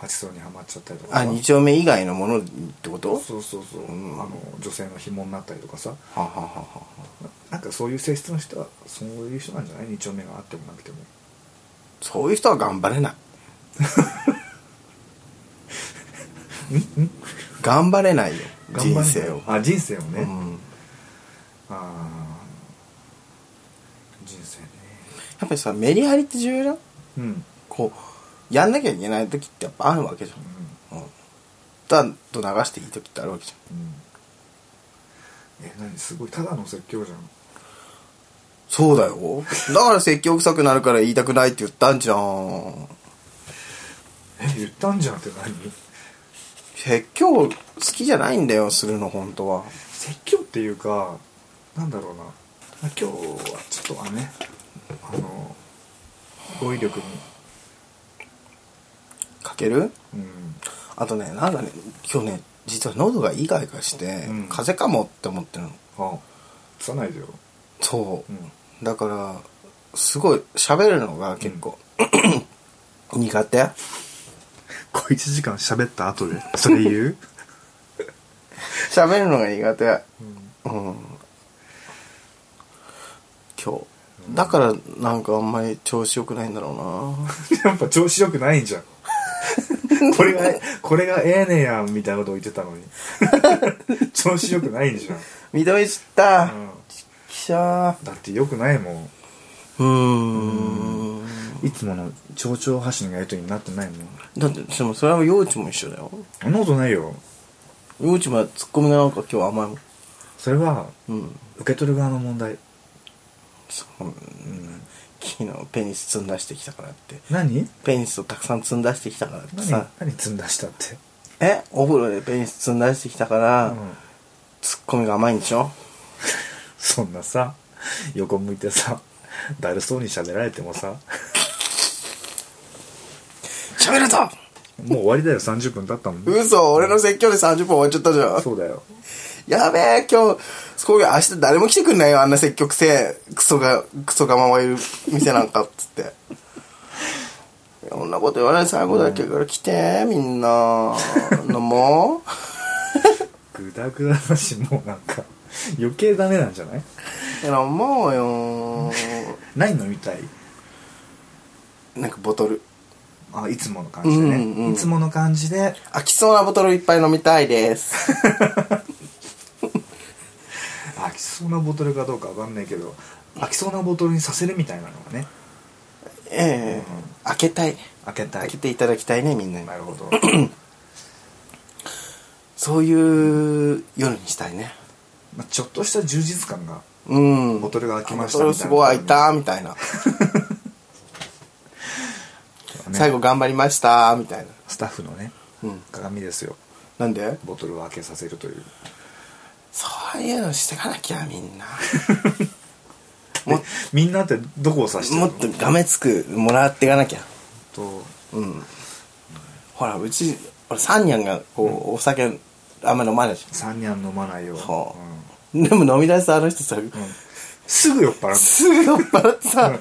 [SPEAKER 2] パチスロにはまっちゃったりとか
[SPEAKER 1] あ
[SPEAKER 2] さ
[SPEAKER 1] 二丁目以外のものってことは
[SPEAKER 2] そうそうそう、
[SPEAKER 1] うん
[SPEAKER 2] あの女性の紐になったりとかさ
[SPEAKER 1] はははは
[SPEAKER 2] ななんかそういう性質の人はそういう人なんじゃない2丁目があってもなくても
[SPEAKER 1] そういう人は頑張れない頑張れないよ
[SPEAKER 2] 頑張んな
[SPEAKER 1] 人
[SPEAKER 2] い
[SPEAKER 1] 生を、
[SPEAKER 2] あ人生を
[SPEAKER 1] う
[SPEAKER 2] ね、あ
[SPEAKER 1] ん、
[SPEAKER 2] あー人生ね
[SPEAKER 1] やっぱりさメリハリって重要だ
[SPEAKER 2] うん
[SPEAKER 1] こうやんなきゃいけない時ってやっぱあるわけじゃんうん、だと流していい時ってあるわけじゃん
[SPEAKER 2] うんえ何すごいただの説教じゃん
[SPEAKER 1] そうだよだから説教臭くなるから言いたくないって言ったんじゃん
[SPEAKER 2] え言ったんじゃんって何
[SPEAKER 1] 説教好きじゃないんだよするの本当は
[SPEAKER 2] 説教っていうかなんだろうな今日はちょっとあねあの語彙力に
[SPEAKER 1] かける
[SPEAKER 2] うん
[SPEAKER 1] あとねなんかね今日ね実は喉がイガイガして、
[SPEAKER 2] うん
[SPEAKER 1] 風邪かもって思ってるの
[SPEAKER 2] あつかないでよ
[SPEAKER 1] そう、
[SPEAKER 2] うん
[SPEAKER 1] だからすごい喋るのが結構、苦手
[SPEAKER 2] 小1時間喋った後でそれ言う、
[SPEAKER 1] 喋るのが苦手
[SPEAKER 2] [LAUGHS] うん
[SPEAKER 1] うん今日だからなんかあんまり調子良くないんだろ
[SPEAKER 2] やっぱ調子良くないんじゃん [LAUGHS] これがこれがええねやみたいなこと言ってたのに [LAUGHS] 調子良くないんじゃ
[SPEAKER 1] う
[SPEAKER 2] ん、
[SPEAKER 1] な認めちった、
[SPEAKER 2] うん
[SPEAKER 1] きしゃ
[SPEAKER 2] だって良くないもん
[SPEAKER 1] ーうーん
[SPEAKER 2] いつもの蝶々発信のやりとりになってないもん
[SPEAKER 1] だってでもそれは幼稚も一緒だよ
[SPEAKER 2] そんなことないよ
[SPEAKER 1] 幼稚もツッコミがなんか今日甘いもん
[SPEAKER 2] それは
[SPEAKER 1] うん
[SPEAKER 2] 受け取る側の問題、
[SPEAKER 1] そう
[SPEAKER 2] うん、
[SPEAKER 1] 昨日ペニス積んだしてきたからって
[SPEAKER 2] 何
[SPEAKER 1] ペニスをたくさん積んだしてきたからって
[SPEAKER 2] 何
[SPEAKER 1] さ
[SPEAKER 2] 何積んだしたって、
[SPEAKER 1] えお風呂でペニス積んだしてきたから、
[SPEAKER 2] うん
[SPEAKER 1] ツッコミが甘いんでしょ
[SPEAKER 2] そんなさ横向いてさだるそうに喋られてもさ
[SPEAKER 1] 喋るぞ
[SPEAKER 2] もう終わりだよ30分経ったもん
[SPEAKER 1] 嘘俺の説教で30分終わっちゃったじゃん
[SPEAKER 2] そうだよ
[SPEAKER 1] やべえ、今日、すごい、明日誰も来てくんないよ、あんな積極性、クソが、クソがままいる店なんか、っつって。 [LAUGHS] いやそんなこと言わない最後だけから来て、みんな。飲も。
[SPEAKER 2] グダグダだしもうなんか余計ダメなんじゃないう
[SPEAKER 1] い
[SPEAKER 2] [LAUGHS]
[SPEAKER 1] や飲もうよ。
[SPEAKER 2] 何飲みたい
[SPEAKER 1] なんかボトル。
[SPEAKER 2] あいつもの感じでね、
[SPEAKER 1] うんうん
[SPEAKER 2] いつもの感じで
[SPEAKER 1] 飽きそうなボトルいっぱい飲みたい
[SPEAKER 2] [LAUGHS]
[SPEAKER 1] です。
[SPEAKER 2] 飽きそうなボトルかどうかわかんないけど飽きそうなボトルにさせるみたいなのがね
[SPEAKER 1] ええ開けたい。
[SPEAKER 2] 開けた
[SPEAKER 1] 開
[SPEAKER 2] い
[SPEAKER 1] けていただきたいね、みんなに。
[SPEAKER 2] なる
[SPEAKER 1] [CLEARS THROAT]
[SPEAKER 2] ほど
[SPEAKER 1] そういう夜にしたいね。
[SPEAKER 2] まあちょっとした充実感が
[SPEAKER 1] うん。
[SPEAKER 2] ボトルが開きました
[SPEAKER 1] ボトル
[SPEAKER 2] みたい
[SPEAKER 1] す
[SPEAKER 2] な
[SPEAKER 1] ごい開いた、みたいな。最後頑張りましたみたいな
[SPEAKER 2] スタッフのね、
[SPEAKER 1] うん
[SPEAKER 2] 鏡ですよ
[SPEAKER 1] なんで
[SPEAKER 2] ボトルを開けさせるという
[SPEAKER 1] そういうのしてかなきゃみんな
[SPEAKER 2] [LAUGHS]
[SPEAKER 1] も
[SPEAKER 2] みんなってどこを指してるの
[SPEAKER 1] もっとがめつくもらっていかなきゃ
[SPEAKER 2] と
[SPEAKER 1] うんほらうち俺サンニャンがこう、お酒あんま飲まないじ
[SPEAKER 2] 3人は飲まないよう、
[SPEAKER 1] そう
[SPEAKER 2] うん
[SPEAKER 1] ゃんでも飲み出すあの人さ、
[SPEAKER 2] うんすぐ酔っ払うんだよ
[SPEAKER 1] すぐ酔っ払ってさ、
[SPEAKER 2] うん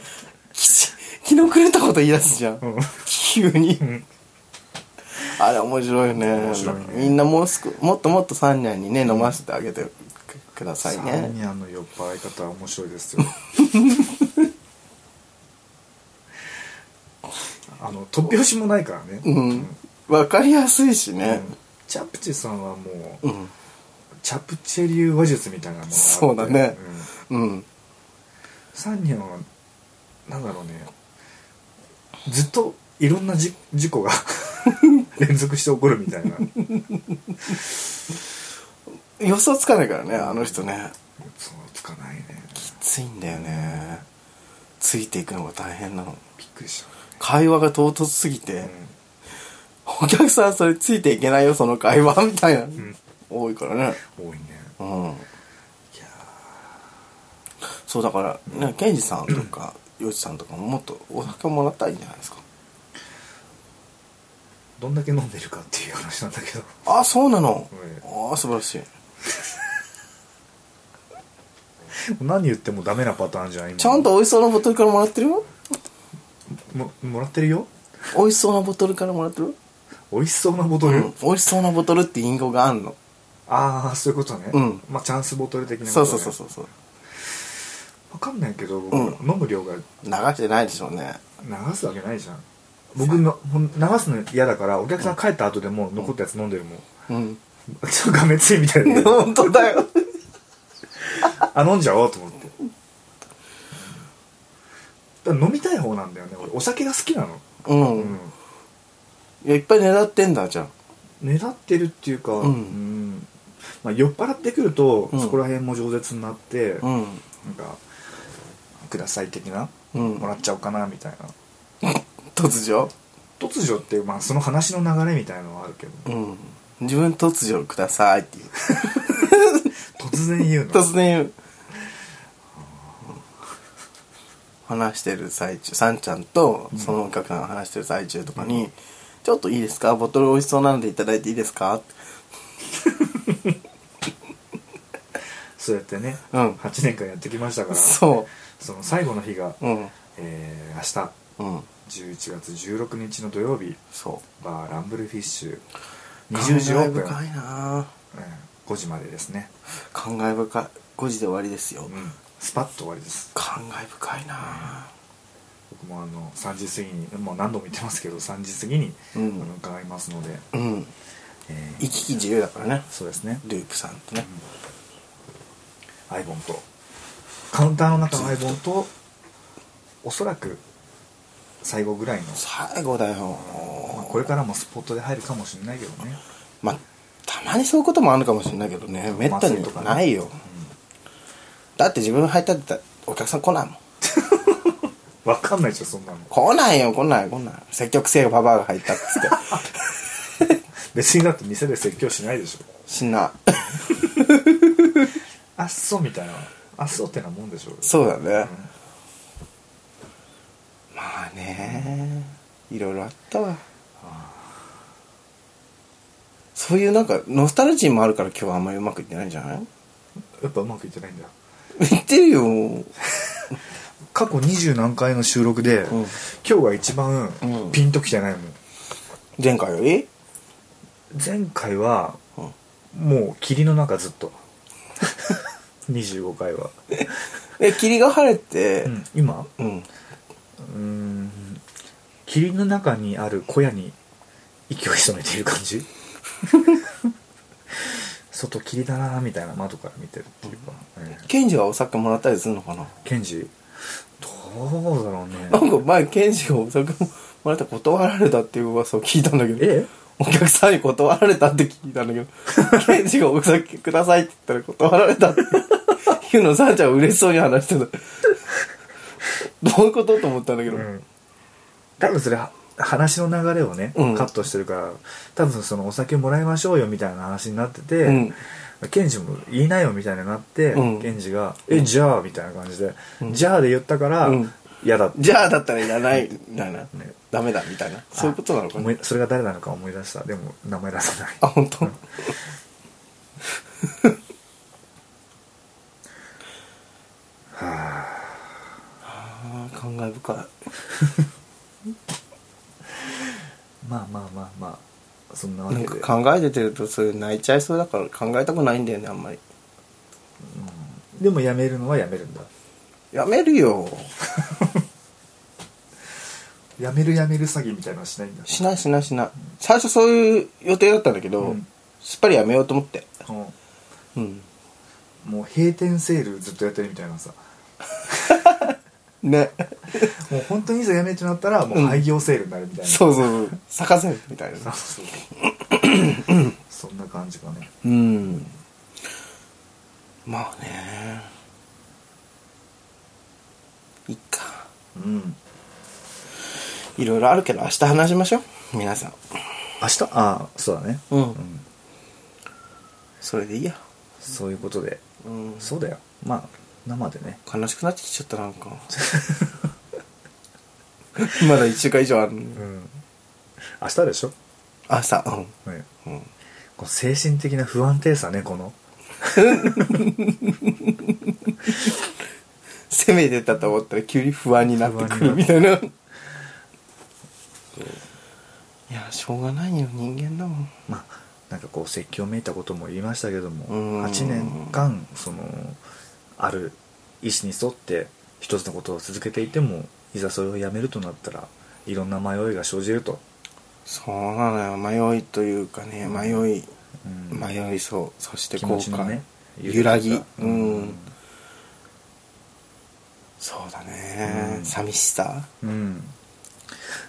[SPEAKER 1] きし気の狂ったこと言い出すじゃん、
[SPEAKER 2] うん
[SPEAKER 1] 急に、
[SPEAKER 2] ん
[SPEAKER 1] あれ面白いね
[SPEAKER 2] 面白いね
[SPEAKER 1] みんなもうすくもっともっとサンニャンにね飲ませてあげてくくださいね
[SPEAKER 2] サンニャンの酔っ払い方は面白
[SPEAKER 1] [LAUGHS]
[SPEAKER 2] いですよあの突拍子もないからね、
[SPEAKER 1] うん、わかりやすいしね、
[SPEAKER 2] チャプチェさんはもう、
[SPEAKER 1] うん
[SPEAKER 2] チャプチェ流話術みたいなものがあって
[SPEAKER 1] そうだね
[SPEAKER 2] うん
[SPEAKER 1] うん
[SPEAKER 2] サンニャンはなんだろうねずっといろんなじ事故が [LAUGHS] 連続して起こるみたいな
[SPEAKER 1] 予想つかないからねあの人ね
[SPEAKER 2] そうつかないね
[SPEAKER 1] きついんだよねついていくのが大変なの
[SPEAKER 2] びっくりした、
[SPEAKER 1] 会話が唐突すぎて、
[SPEAKER 2] う
[SPEAKER 1] お客さんそれついていけないよその会話みたいな、
[SPEAKER 2] ん
[SPEAKER 1] 多いからね
[SPEAKER 2] ん、多いね
[SPEAKER 1] うんそうだからねケンジさんとかヨシさんとかももっとお酒もらったらいいんじゃないですか
[SPEAKER 2] どんだけ飲んでるかっていう話なんだけど
[SPEAKER 1] あそうなの、
[SPEAKER 2] え
[SPEAKER 1] ああ素晴らしい
[SPEAKER 2] [LAUGHS] 何言ってもダメなパターンじゃん今
[SPEAKER 1] ちゃんと美味しそうなボトルからもらってるよ
[SPEAKER 2] ももらってるよ
[SPEAKER 1] 美味しそうなボトルからもらってる
[SPEAKER 2] 美味しそうなボトル、
[SPEAKER 1] うん美味しそうなボトルって隠語があんの、
[SPEAKER 2] ああそういうことね、
[SPEAKER 1] うん
[SPEAKER 2] まあチャンスボトル的なこと、
[SPEAKER 1] そ
[SPEAKER 2] ね、
[SPEAKER 1] うそうそうそうそう
[SPEAKER 2] 分かんないけど、僕
[SPEAKER 1] うん
[SPEAKER 2] 飲む量が
[SPEAKER 1] 流してないでしょうね
[SPEAKER 2] 流すわけないじゃん僕のほん流すの嫌だからお客さん帰った後でも残ったやつ飲んでるもん、
[SPEAKER 1] うん
[SPEAKER 2] ちょっとがめついみたい
[SPEAKER 1] [LAUGHS]
[SPEAKER 2] で
[SPEAKER 1] 本当だよ
[SPEAKER 2] あ飲んじゃおうと思ってだから飲みたい方なんだよね俺お酒が好きなの
[SPEAKER 1] うん、
[SPEAKER 2] うん
[SPEAKER 1] いやいっぱい狙ってんだじゃん
[SPEAKER 2] 目立ってるっていうか、
[SPEAKER 1] うん
[SPEAKER 2] んまあ、酔っ払ってくると、
[SPEAKER 1] うん
[SPEAKER 2] そこら辺も饒舌になって、
[SPEAKER 1] う
[SPEAKER 2] なん
[SPEAKER 1] ん
[SPEAKER 2] か「ください」的な、
[SPEAKER 1] うん
[SPEAKER 2] もらっちゃおうかなみたいな
[SPEAKER 1] 突如
[SPEAKER 2] 突如っていう、まあ、その話の流れみたいなのはあるけど、
[SPEAKER 1] うん自分突如くださいっていう
[SPEAKER 2] 突然言うの
[SPEAKER 1] 突然話してる最中さんちゃんとそのお客さんが話してる最中とかに「ちょっといいですかボトル美味しそうなのでいただいていいですか?」
[SPEAKER 2] そうやってね、
[SPEAKER 1] うん
[SPEAKER 2] 8年間やってきましたから
[SPEAKER 1] そ
[SPEAKER 2] その最後の日が、
[SPEAKER 1] ううん
[SPEAKER 2] えー明
[SPEAKER 1] うん
[SPEAKER 2] 日11月16日の土曜日
[SPEAKER 1] そ
[SPEAKER 2] バーランブルフィッシュ
[SPEAKER 1] う
[SPEAKER 2] 20時オープン、
[SPEAKER 1] 感慨深いな
[SPEAKER 2] うん5時までですね、
[SPEAKER 1] 感慨深い5時で終わりですよ、
[SPEAKER 2] うん、スパッと終わりです
[SPEAKER 1] 感慨深いな
[SPEAKER 2] 僕もあの3時過ぎにもう何度も言ってますけど3時過ぎに、
[SPEAKER 1] うん
[SPEAKER 2] あの伺いますので、
[SPEAKER 1] うん
[SPEAKER 2] えー
[SPEAKER 1] 行き来自由だからね
[SPEAKER 2] そうですね
[SPEAKER 1] ループさんとね、
[SPEAKER 2] アイボンとカウンターの中のアイボンとおそらく最後ぐらいの、
[SPEAKER 1] 最後だよ
[SPEAKER 2] まあ、これからもスポットで入るかもしれないけどね
[SPEAKER 1] まあたまにそういうこともあるかもしれないけどねめったにないよ、だって自分入ったってたらお客さん来ないもん
[SPEAKER 2] わかんないでしょそんなの
[SPEAKER 1] 来ないよ来ない来ない積極性がババアが入ったっつって
[SPEAKER 2] [LAUGHS] 別にだって店で説教しないでしょ
[SPEAKER 1] しな
[SPEAKER 2] あっそうみたいなあっそうってなもんでしょ
[SPEAKER 1] そうだね、まあねいろいろあったわそういうなんかノスタルジーもあるから今日はあんまりうまくいってないんじゃない
[SPEAKER 2] やっぱうまくいってないんだよ
[SPEAKER 1] 言ってるよ
[SPEAKER 2] 過去二十何回の収録で、
[SPEAKER 1] ん
[SPEAKER 2] 今日が一番
[SPEAKER 1] うん
[SPEAKER 2] ピンときてないもん、
[SPEAKER 1] 前回より
[SPEAKER 2] 前回は
[SPEAKER 1] うん
[SPEAKER 2] もう霧の中ずっと25回は、
[SPEAKER 1] え霧が晴れて
[SPEAKER 2] うん今
[SPEAKER 1] うん
[SPEAKER 2] うーん霧の中にある小屋に息を潜めている感じ外霧だなみたいな窓から見てるっていうか、ええ
[SPEAKER 1] ケンジはお酒もらったりするのかな
[SPEAKER 2] ケンジどうだろうね
[SPEAKER 1] なんか前ケンジがお酒もらったら断られたっていう噂を聞いたんだけど
[SPEAKER 2] え
[SPEAKER 1] お客さんに断られたって聞いたんだけどケンジがお酒くださいって言ったら断られたっていうのをさんちゃんは嬉しそうに話してたどういうことと思ったんだけど、
[SPEAKER 2] うん多分それは話の流れをね、
[SPEAKER 1] うん
[SPEAKER 2] カットしてるから多分そのお酒もらいましょうよみたいな話になってて、
[SPEAKER 1] うん
[SPEAKER 2] ケンジも言いなよみたいになって、
[SPEAKER 1] うん
[SPEAKER 2] ケンジが「えじゃあ」みたいな感じで「じゃあ」で言ったから
[SPEAKER 1] うん
[SPEAKER 2] 嫌、だって
[SPEAKER 1] じゃあだったらいらないみたいな、ダメだみたいなそういうことなのか
[SPEAKER 2] 思
[SPEAKER 1] ない
[SPEAKER 2] それが誰なのか思い出したでも名前出
[SPEAKER 1] [LAUGHS]
[SPEAKER 2] さない
[SPEAKER 1] あ本当。
[SPEAKER 2] は
[SPEAKER 1] ああ感慨深い
[SPEAKER 2] まあまあまあまあそんなわ
[SPEAKER 1] な
[SPEAKER 2] け
[SPEAKER 1] ん
[SPEAKER 2] で
[SPEAKER 1] か考えててるとそれ泣いちゃいそうだから考えたくないんだよねあんまり
[SPEAKER 2] でもやめるのはやめるんだ
[SPEAKER 1] やめるよ
[SPEAKER 2] やめるやめる詐欺みたいなのしないんだ
[SPEAKER 1] しないしないしない最初そういう予定だったんだけど、
[SPEAKER 2] うん
[SPEAKER 1] すっぱりやめようと思って
[SPEAKER 2] うん
[SPEAKER 1] うん
[SPEAKER 2] もう閉店セールずっとやってるみたいなさ [LAUGHS]
[SPEAKER 1] ね
[SPEAKER 2] もう本当にいざやめちゃったらもう廃業セールになるみたいな、
[SPEAKER 1] そうそうそう咲かせるみたい
[SPEAKER 2] そう
[SPEAKER 1] な
[SPEAKER 2] そうそんな感じかね
[SPEAKER 1] うんまあねいっか
[SPEAKER 2] うん
[SPEAKER 1] いろいろあるけど明日話しましょう皆さん
[SPEAKER 2] 明日ああそうだね
[SPEAKER 1] うん
[SPEAKER 2] うん
[SPEAKER 1] それでいいや
[SPEAKER 2] そういうことで
[SPEAKER 1] うん
[SPEAKER 2] そうだよまあ生でね
[SPEAKER 1] 悲しくなってきちゃったなん
[SPEAKER 2] [LAUGHS]
[SPEAKER 1] かまだ1週間以上あるのに
[SPEAKER 2] うん明日でしょ
[SPEAKER 1] 朝うん
[SPEAKER 2] ね
[SPEAKER 1] うん
[SPEAKER 2] この精神的な不安定さねこの
[SPEAKER 1] 攻めてたと思ったら急に不安になってくるみたいないやしょうがないよ人間だもん
[SPEAKER 2] まあなんかこう説教めいたことも言いましたけども
[SPEAKER 1] うん
[SPEAKER 2] 8年間そのある意思に沿って一つのことを続けていてもいざそれをやめるとなったらいろんな迷いが生じると、
[SPEAKER 1] そうなのよ迷いというかね迷い
[SPEAKER 2] うん
[SPEAKER 1] 迷いそうそして
[SPEAKER 2] 気
[SPEAKER 1] 後
[SPEAKER 2] 持ち
[SPEAKER 1] 悔、
[SPEAKER 2] のね
[SPEAKER 1] 揺らぎう
[SPEAKER 2] うん
[SPEAKER 1] ん、そうだね、
[SPEAKER 2] うん
[SPEAKER 1] 寂しさ
[SPEAKER 2] うん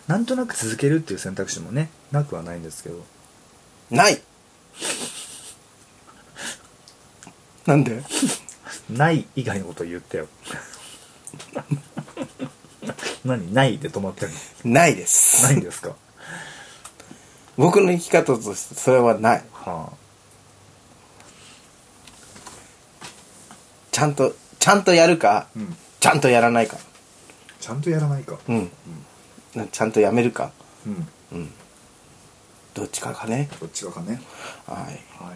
[SPEAKER 2] なんとなく続けるっていう選択肢もねなくはないんですけど
[SPEAKER 1] ないなんで
[SPEAKER 2] ない以外のことを言
[SPEAKER 1] [LAUGHS]
[SPEAKER 2] ってよ何ないで止まってるの
[SPEAKER 1] ないです
[SPEAKER 2] ないんですか
[SPEAKER 1] 僕の生き方としてそれはない
[SPEAKER 2] は
[SPEAKER 1] ちゃんとちゃんとやるか、
[SPEAKER 2] あ、うん、
[SPEAKER 1] ちゃんとやらないか
[SPEAKER 2] ちゃんとやらないか
[SPEAKER 1] うん、なちゃんとやめるか
[SPEAKER 2] うん
[SPEAKER 1] うんどっちかかね
[SPEAKER 2] どっちかかね
[SPEAKER 1] はい
[SPEAKER 2] はい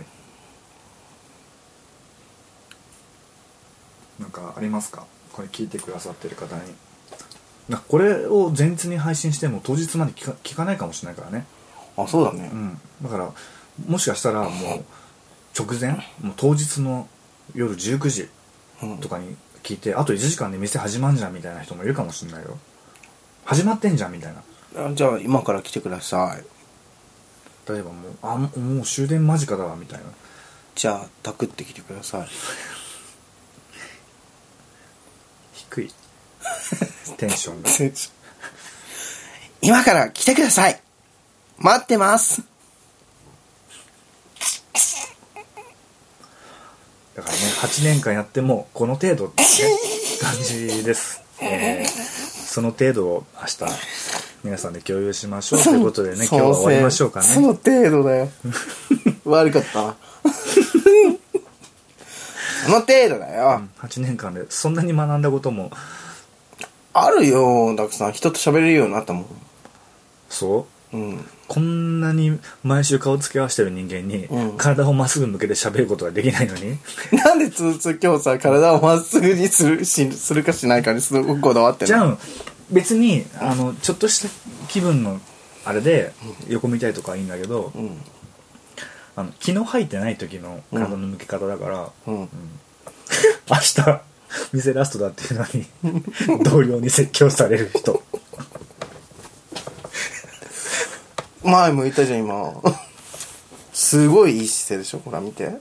[SPEAKER 2] なんかありますかこれ聞いてくださってる方になこれを前日に配信しても当日まで聞か聞かないかもしれないからね
[SPEAKER 1] あそうだね
[SPEAKER 2] うん、だからもしかしたらもう直前もう当日の夜19時
[SPEAKER 1] うん、
[SPEAKER 2] とかに聞いて、あと1時間で店始まんじゃんみたいな人もいるかもしれないよ始まってんじゃんみたいな
[SPEAKER 1] あじゃあ今から来てください
[SPEAKER 2] 例えばもうあもうもう終電間近だわみたいな
[SPEAKER 1] じゃあタクってきてください [LAUGHS]
[SPEAKER 2] 低 [LAUGHS] いテンシ [LAUGHS] ョンが
[SPEAKER 1] 今から来てください待ってます
[SPEAKER 2] だからね8年間やってもこの程度って、ね、感じです、 [LAUGHS] えーその程度を明日皆さんで共有しましょうということでね今日は終わりましょうかね
[SPEAKER 1] その程度だ
[SPEAKER 2] [LAUGHS]
[SPEAKER 1] よ悪かったな [LAUGHS] その程度だよ、
[SPEAKER 2] 8年間でそんなに学んだことも
[SPEAKER 1] あるよたくさん人と喋れるようになったもん
[SPEAKER 2] そう
[SPEAKER 1] うん
[SPEAKER 2] こんなに毎週顔付き合わせてる人間に、
[SPEAKER 1] うん
[SPEAKER 2] 体をまっすぐ向けて喋ることができないのに
[SPEAKER 1] なんでつつ今日さ体をまっすぐにするしするかしないかにすごくこだわってる
[SPEAKER 2] じゃあ別にあのちょっとした気分のあれで横見たいとかはいいんだけど、
[SPEAKER 1] うん
[SPEAKER 2] あの気の入ってない時の体の向け方だから、
[SPEAKER 1] うん
[SPEAKER 2] 明日店ラストだっていうのに同僚に説教される人
[SPEAKER 1] 前向いたじゃん今 [LAUGHS] すごいいい姿勢でしょほら見て、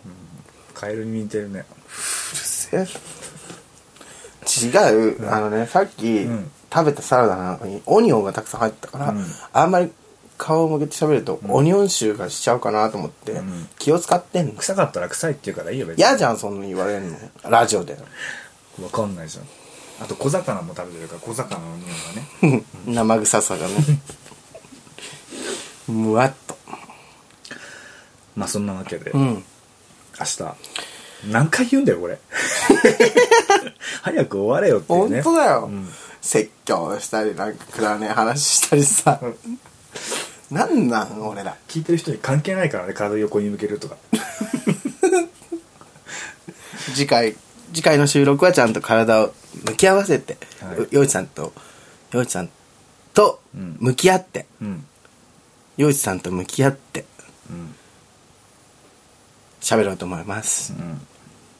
[SPEAKER 2] カエルに似てるね
[SPEAKER 1] うるせえ違う、あのねさっき、
[SPEAKER 2] うん
[SPEAKER 1] 食べたサラダなのにオニオンがたくさん入ってたから、
[SPEAKER 2] うん
[SPEAKER 1] あんまり顔を向けて喋ると、オニオン臭がしちゃうかなと思って、
[SPEAKER 2] ん
[SPEAKER 1] 気を使ってんの
[SPEAKER 2] 臭かったら臭いって言うからいいよ別
[SPEAKER 1] 嫌じゃんそんなに言われるのラジオで、 [LAUGHS]
[SPEAKER 2] わかんないじゃんあと小魚も食べてるから小魚の匂いがね
[SPEAKER 1] 生臭さが
[SPEAKER 2] [LAUGHS]
[SPEAKER 1] ねむわっと
[SPEAKER 2] まあそんなわけで、
[SPEAKER 1] うん
[SPEAKER 2] 明日何回言うん
[SPEAKER 1] [LAUGHS]
[SPEAKER 2] だよこれ早く終われよっていう
[SPEAKER 1] 本
[SPEAKER 2] ね
[SPEAKER 1] 当だよ、
[SPEAKER 2] ん
[SPEAKER 1] 説教したりなんかくだらねえ話したりさ、なんなん俺ら
[SPEAKER 2] 聞いてる人に関係ないからね体を横に向けるとか
[SPEAKER 1] 次回次回の収録はちゃんと体を向き合わせて、
[SPEAKER 2] はい
[SPEAKER 1] よよいちさんとよいちさんと
[SPEAKER 2] うん
[SPEAKER 1] 向き合って、
[SPEAKER 2] うん
[SPEAKER 1] よいちさんと向き合って
[SPEAKER 2] うん
[SPEAKER 1] 喋ろうと思います、
[SPEAKER 2] うん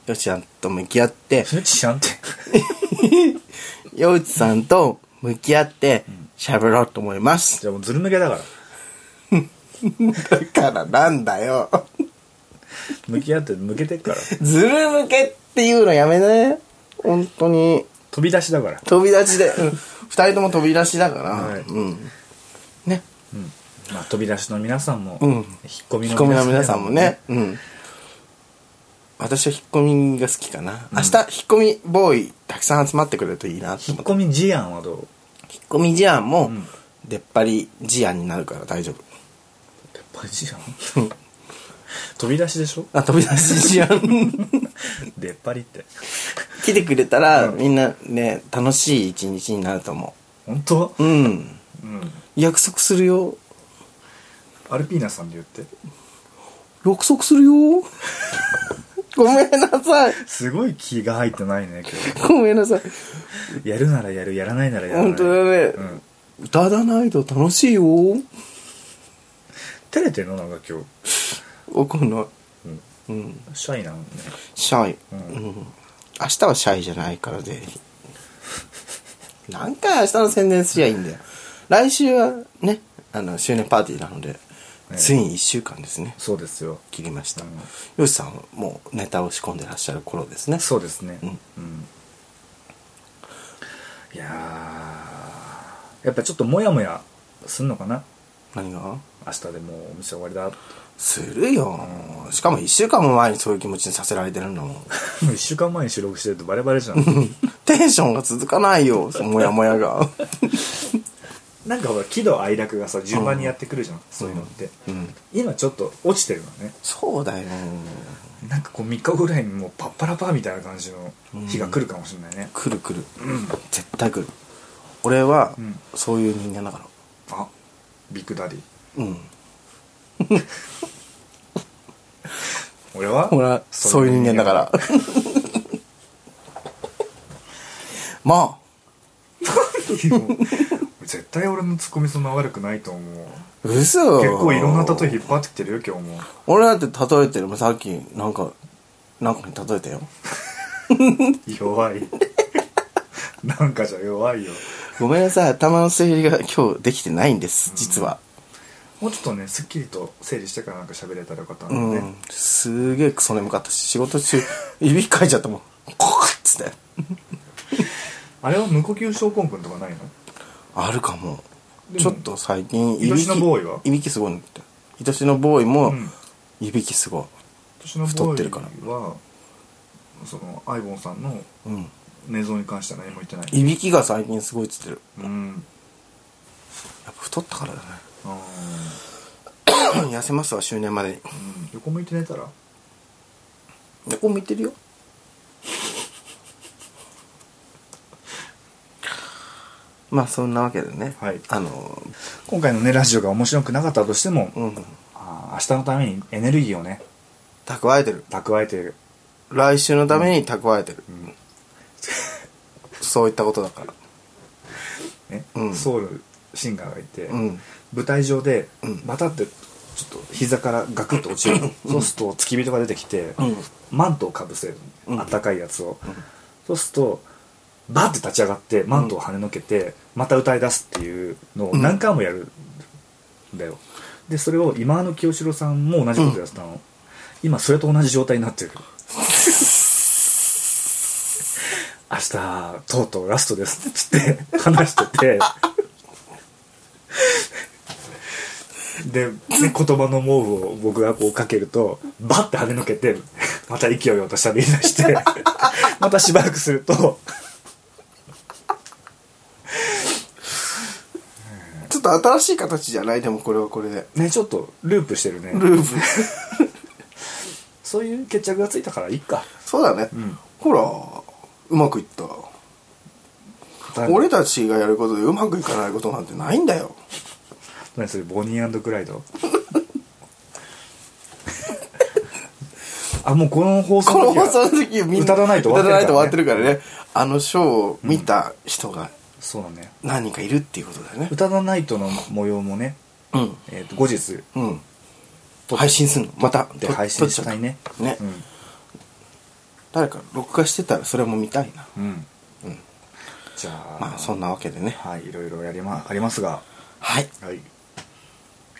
[SPEAKER 1] よいちさんと向き合って
[SPEAKER 2] それちゃんって
[SPEAKER 1] よいちさんと向き合って喋ろうと思います、
[SPEAKER 2] じゃあもうズル向けだから
[SPEAKER 1] だからなんだよ
[SPEAKER 2] 向き合って向けてっから
[SPEAKER 1] ずる向けっていうのやめね本当に
[SPEAKER 2] 飛び出しだから
[SPEAKER 1] 飛び出しで、うん、二人とも飛び出しだから、
[SPEAKER 2] はい
[SPEAKER 1] うんね
[SPEAKER 2] うんまあ、飛び出しの皆さんも、
[SPEAKER 1] うん
[SPEAKER 2] 引っ込み
[SPEAKER 1] 引っ
[SPEAKER 2] の
[SPEAKER 1] 込みの皆さんもね、うん。私は引っ込みが好きかな。明日、引っ込みボーイたくさん集まってくれるといいなって
[SPEAKER 2] 引っ
[SPEAKER 1] 思って。
[SPEAKER 2] 込み事案はどう
[SPEAKER 1] 引っ込み事案も
[SPEAKER 2] ん、
[SPEAKER 1] 出っ張り事案になるから大丈夫。
[SPEAKER 2] やっぱり事案飛び出しでしょ
[SPEAKER 1] あ、飛び出し事案。
[SPEAKER 2] 出っ張りって
[SPEAKER 1] [LAUGHS] 来てくれたら、みんなね、楽しい一日になると思
[SPEAKER 2] 本当
[SPEAKER 1] う。うん。
[SPEAKER 2] うん
[SPEAKER 1] 約束するよ。
[SPEAKER 2] アルピーナさんで言って
[SPEAKER 1] 約束するよ。ごめんなさい。
[SPEAKER 2] すごい気が入ってないね今日
[SPEAKER 1] ごめんなさい。
[SPEAKER 2] やるならやるやらないならやらない
[SPEAKER 1] 本当だね。
[SPEAKER 2] うん
[SPEAKER 1] 歌わないと楽しいよ。
[SPEAKER 2] 照れてるのなんか今日
[SPEAKER 1] わかんない。
[SPEAKER 2] うん
[SPEAKER 1] うん。
[SPEAKER 2] シャイなのね
[SPEAKER 1] シャイ、
[SPEAKER 2] う
[SPEAKER 1] うんん明日はシャイじゃないからで何回明日の宣伝すりゃいいんだよ来週はねあの周年パーティーなので、
[SPEAKER 2] え
[SPEAKER 1] ついに1週間ですね
[SPEAKER 2] そうですよ
[SPEAKER 1] 切りました、
[SPEAKER 2] うん
[SPEAKER 1] よしさんはもうネタを仕込んでらっしゃる頃ですね
[SPEAKER 2] そうですねう
[SPEAKER 1] うんん、
[SPEAKER 2] いやーやっぱちょっとモヤモヤすんのかな
[SPEAKER 1] 何が
[SPEAKER 2] 明日でもうお店終わりだ [LAUGHS] も
[SPEAKER 1] するよ、しかも1週間も前にそういう気持ちにさせられてるんだもん [LAUGHS]
[SPEAKER 2] う1週間前に収録してるとバレバレじゃん
[SPEAKER 1] テンションが続かないよそのモヤモヤが
[SPEAKER 2] なんかほら喜怒哀楽がさ順番にやってくるじゃん、そういうのって、
[SPEAKER 1] うん
[SPEAKER 2] 今ちょっと落ちてるのね
[SPEAKER 1] そうだよ
[SPEAKER 2] なんかこう3日後ぐらいにもうパッパラパーみたいな感じの日が来るかもしれないね、
[SPEAKER 1] 来る来る、絶対来る俺は、
[SPEAKER 2] うん
[SPEAKER 1] そういう人間だから
[SPEAKER 2] あビッグダディ
[SPEAKER 1] うん
[SPEAKER 2] 俺は
[SPEAKER 1] 俺はそういう人間だから [LAUGHS] ま
[SPEAKER 2] もう絶対俺のツッコミそんな悪くないと思う
[SPEAKER 1] あ嘘
[SPEAKER 2] 結構いろんな例え引っ張ってきてるよ今日も
[SPEAKER 1] 俺だって例えてるさっきなんかなんかに例えたよ
[SPEAKER 2] 弱い [LAUGHS] なんかじゃ弱いよ
[SPEAKER 1] ごめんなさい頭の整理が今日できてないんです実は
[SPEAKER 2] もうちょっとねすっきりと整理してからなんか喋れたらよかったん
[SPEAKER 1] う
[SPEAKER 2] だよ
[SPEAKER 1] ん、
[SPEAKER 2] ね、
[SPEAKER 1] すげえクソ眠かったし仕事中いびきかいちゃったもんコクッつって
[SPEAKER 2] あれは無呼吸症候群とかないの
[SPEAKER 1] あるかも
[SPEAKER 2] でも
[SPEAKER 1] ちょっと最近い
[SPEAKER 2] 愛
[SPEAKER 1] び
[SPEAKER 2] し
[SPEAKER 1] き
[SPEAKER 2] のボーイはい
[SPEAKER 1] びきすごいのって愛しのボーイも、
[SPEAKER 2] うん
[SPEAKER 1] いびきすご
[SPEAKER 2] 私の
[SPEAKER 1] 太
[SPEAKER 2] ボ
[SPEAKER 1] って
[SPEAKER 2] ー
[SPEAKER 1] る
[SPEAKER 2] イ
[SPEAKER 1] から
[SPEAKER 2] はそのアイボンさんの
[SPEAKER 1] いうん
[SPEAKER 2] 寝相に関しては何も言ってない
[SPEAKER 1] いびきが最近すごいっつってる
[SPEAKER 2] うん
[SPEAKER 1] やっぱ太ったからだね [COUGHS]
[SPEAKER 2] あー
[SPEAKER 1] 痩せますわ周年までに
[SPEAKER 2] うん横向いて寝たら
[SPEAKER 1] 横向いてるよ [LAUGHS] まあそんなわけでね、
[SPEAKER 2] はい
[SPEAKER 1] あの
[SPEAKER 2] 今回のねラジオが面白くなかったとしても、
[SPEAKER 1] うん
[SPEAKER 2] あー明日のためにエネルギーをね
[SPEAKER 1] 蓄えてる
[SPEAKER 2] 蓄えている
[SPEAKER 1] 来週のために蓄えてる、そういったことだから
[SPEAKER 2] ね、
[SPEAKER 1] うん
[SPEAKER 2] ソウルシンガーがいて、
[SPEAKER 1] うん
[SPEAKER 2] 舞台上で
[SPEAKER 1] うん
[SPEAKER 2] バタってちょっと膝からガクッと落ち
[SPEAKER 1] [LAUGHS]
[SPEAKER 2] るの、そうすると付き人が出てきて、
[SPEAKER 1] うん
[SPEAKER 2] マントをかぶせる
[SPEAKER 1] う
[SPEAKER 2] の
[SPEAKER 1] ん
[SPEAKER 2] あったかいやつを、そうするとバッて立ち上がってマントを跳ねのけて、また歌い出すっていうのを何回もやるんだよ、でそれを今の清志郎さんも同じことやってたの、今それと同じ状態になって
[SPEAKER 1] [LAUGHS]
[SPEAKER 2] る明日とうとうラストですって言って話しててで、
[SPEAKER 1] [LAUGHS]
[SPEAKER 2] ね、言葉の毛布を僕がこうかけるとバッて跳ねのけてまた息をよとしゃべり出して
[SPEAKER 1] [LAUGHS]
[SPEAKER 2] またしばらくすると
[SPEAKER 1] ちょっと新しい形じゃないでもこれはこれで
[SPEAKER 2] ねちょっとループしてるね
[SPEAKER 1] ループ
[SPEAKER 2] [LAUGHS] そういう決着がついたからいいか
[SPEAKER 1] そうだね、
[SPEAKER 2] ん
[SPEAKER 1] ほらうまくいった俺たちがやることでうまくいかないことなんてないんだよ
[SPEAKER 2] 何それボニークライド [LAUGHS] あもうこの放送
[SPEAKER 1] この
[SPEAKER 2] の時
[SPEAKER 1] 放
[SPEAKER 2] は
[SPEAKER 1] 送の時みん
[SPEAKER 2] 歌わないと終わってるか
[SPEAKER 1] 歌
[SPEAKER 2] らね
[SPEAKER 1] わないと終わってるからねあのショーを見た人が
[SPEAKER 2] そうだね
[SPEAKER 1] 何人かいるっていうことだよね
[SPEAKER 2] 歌のナイトの模様もね、
[SPEAKER 1] うん
[SPEAKER 2] えー、と後日
[SPEAKER 1] うん配信するのまた
[SPEAKER 2] で
[SPEAKER 1] と
[SPEAKER 2] 配信したいね
[SPEAKER 1] 撮っちゃったね誰か録画してたらそれも見たいな
[SPEAKER 2] うん、うん、じゃあ
[SPEAKER 1] まあそんなわけでね
[SPEAKER 2] はいいろいろやりまありますが
[SPEAKER 1] はい
[SPEAKER 2] はい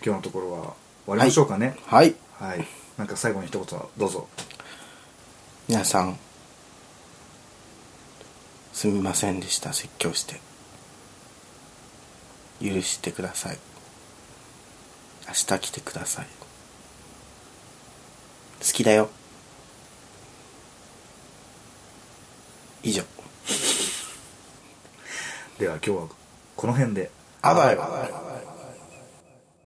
[SPEAKER 2] 今日のところは終わりましょうかね
[SPEAKER 1] はい
[SPEAKER 2] はい、なんか最後に一言どうぞ
[SPEAKER 1] 皆さんすみませんでした説教して許してください明日来てください好きだよ以上
[SPEAKER 2] では今日はこの辺で
[SPEAKER 1] あばよ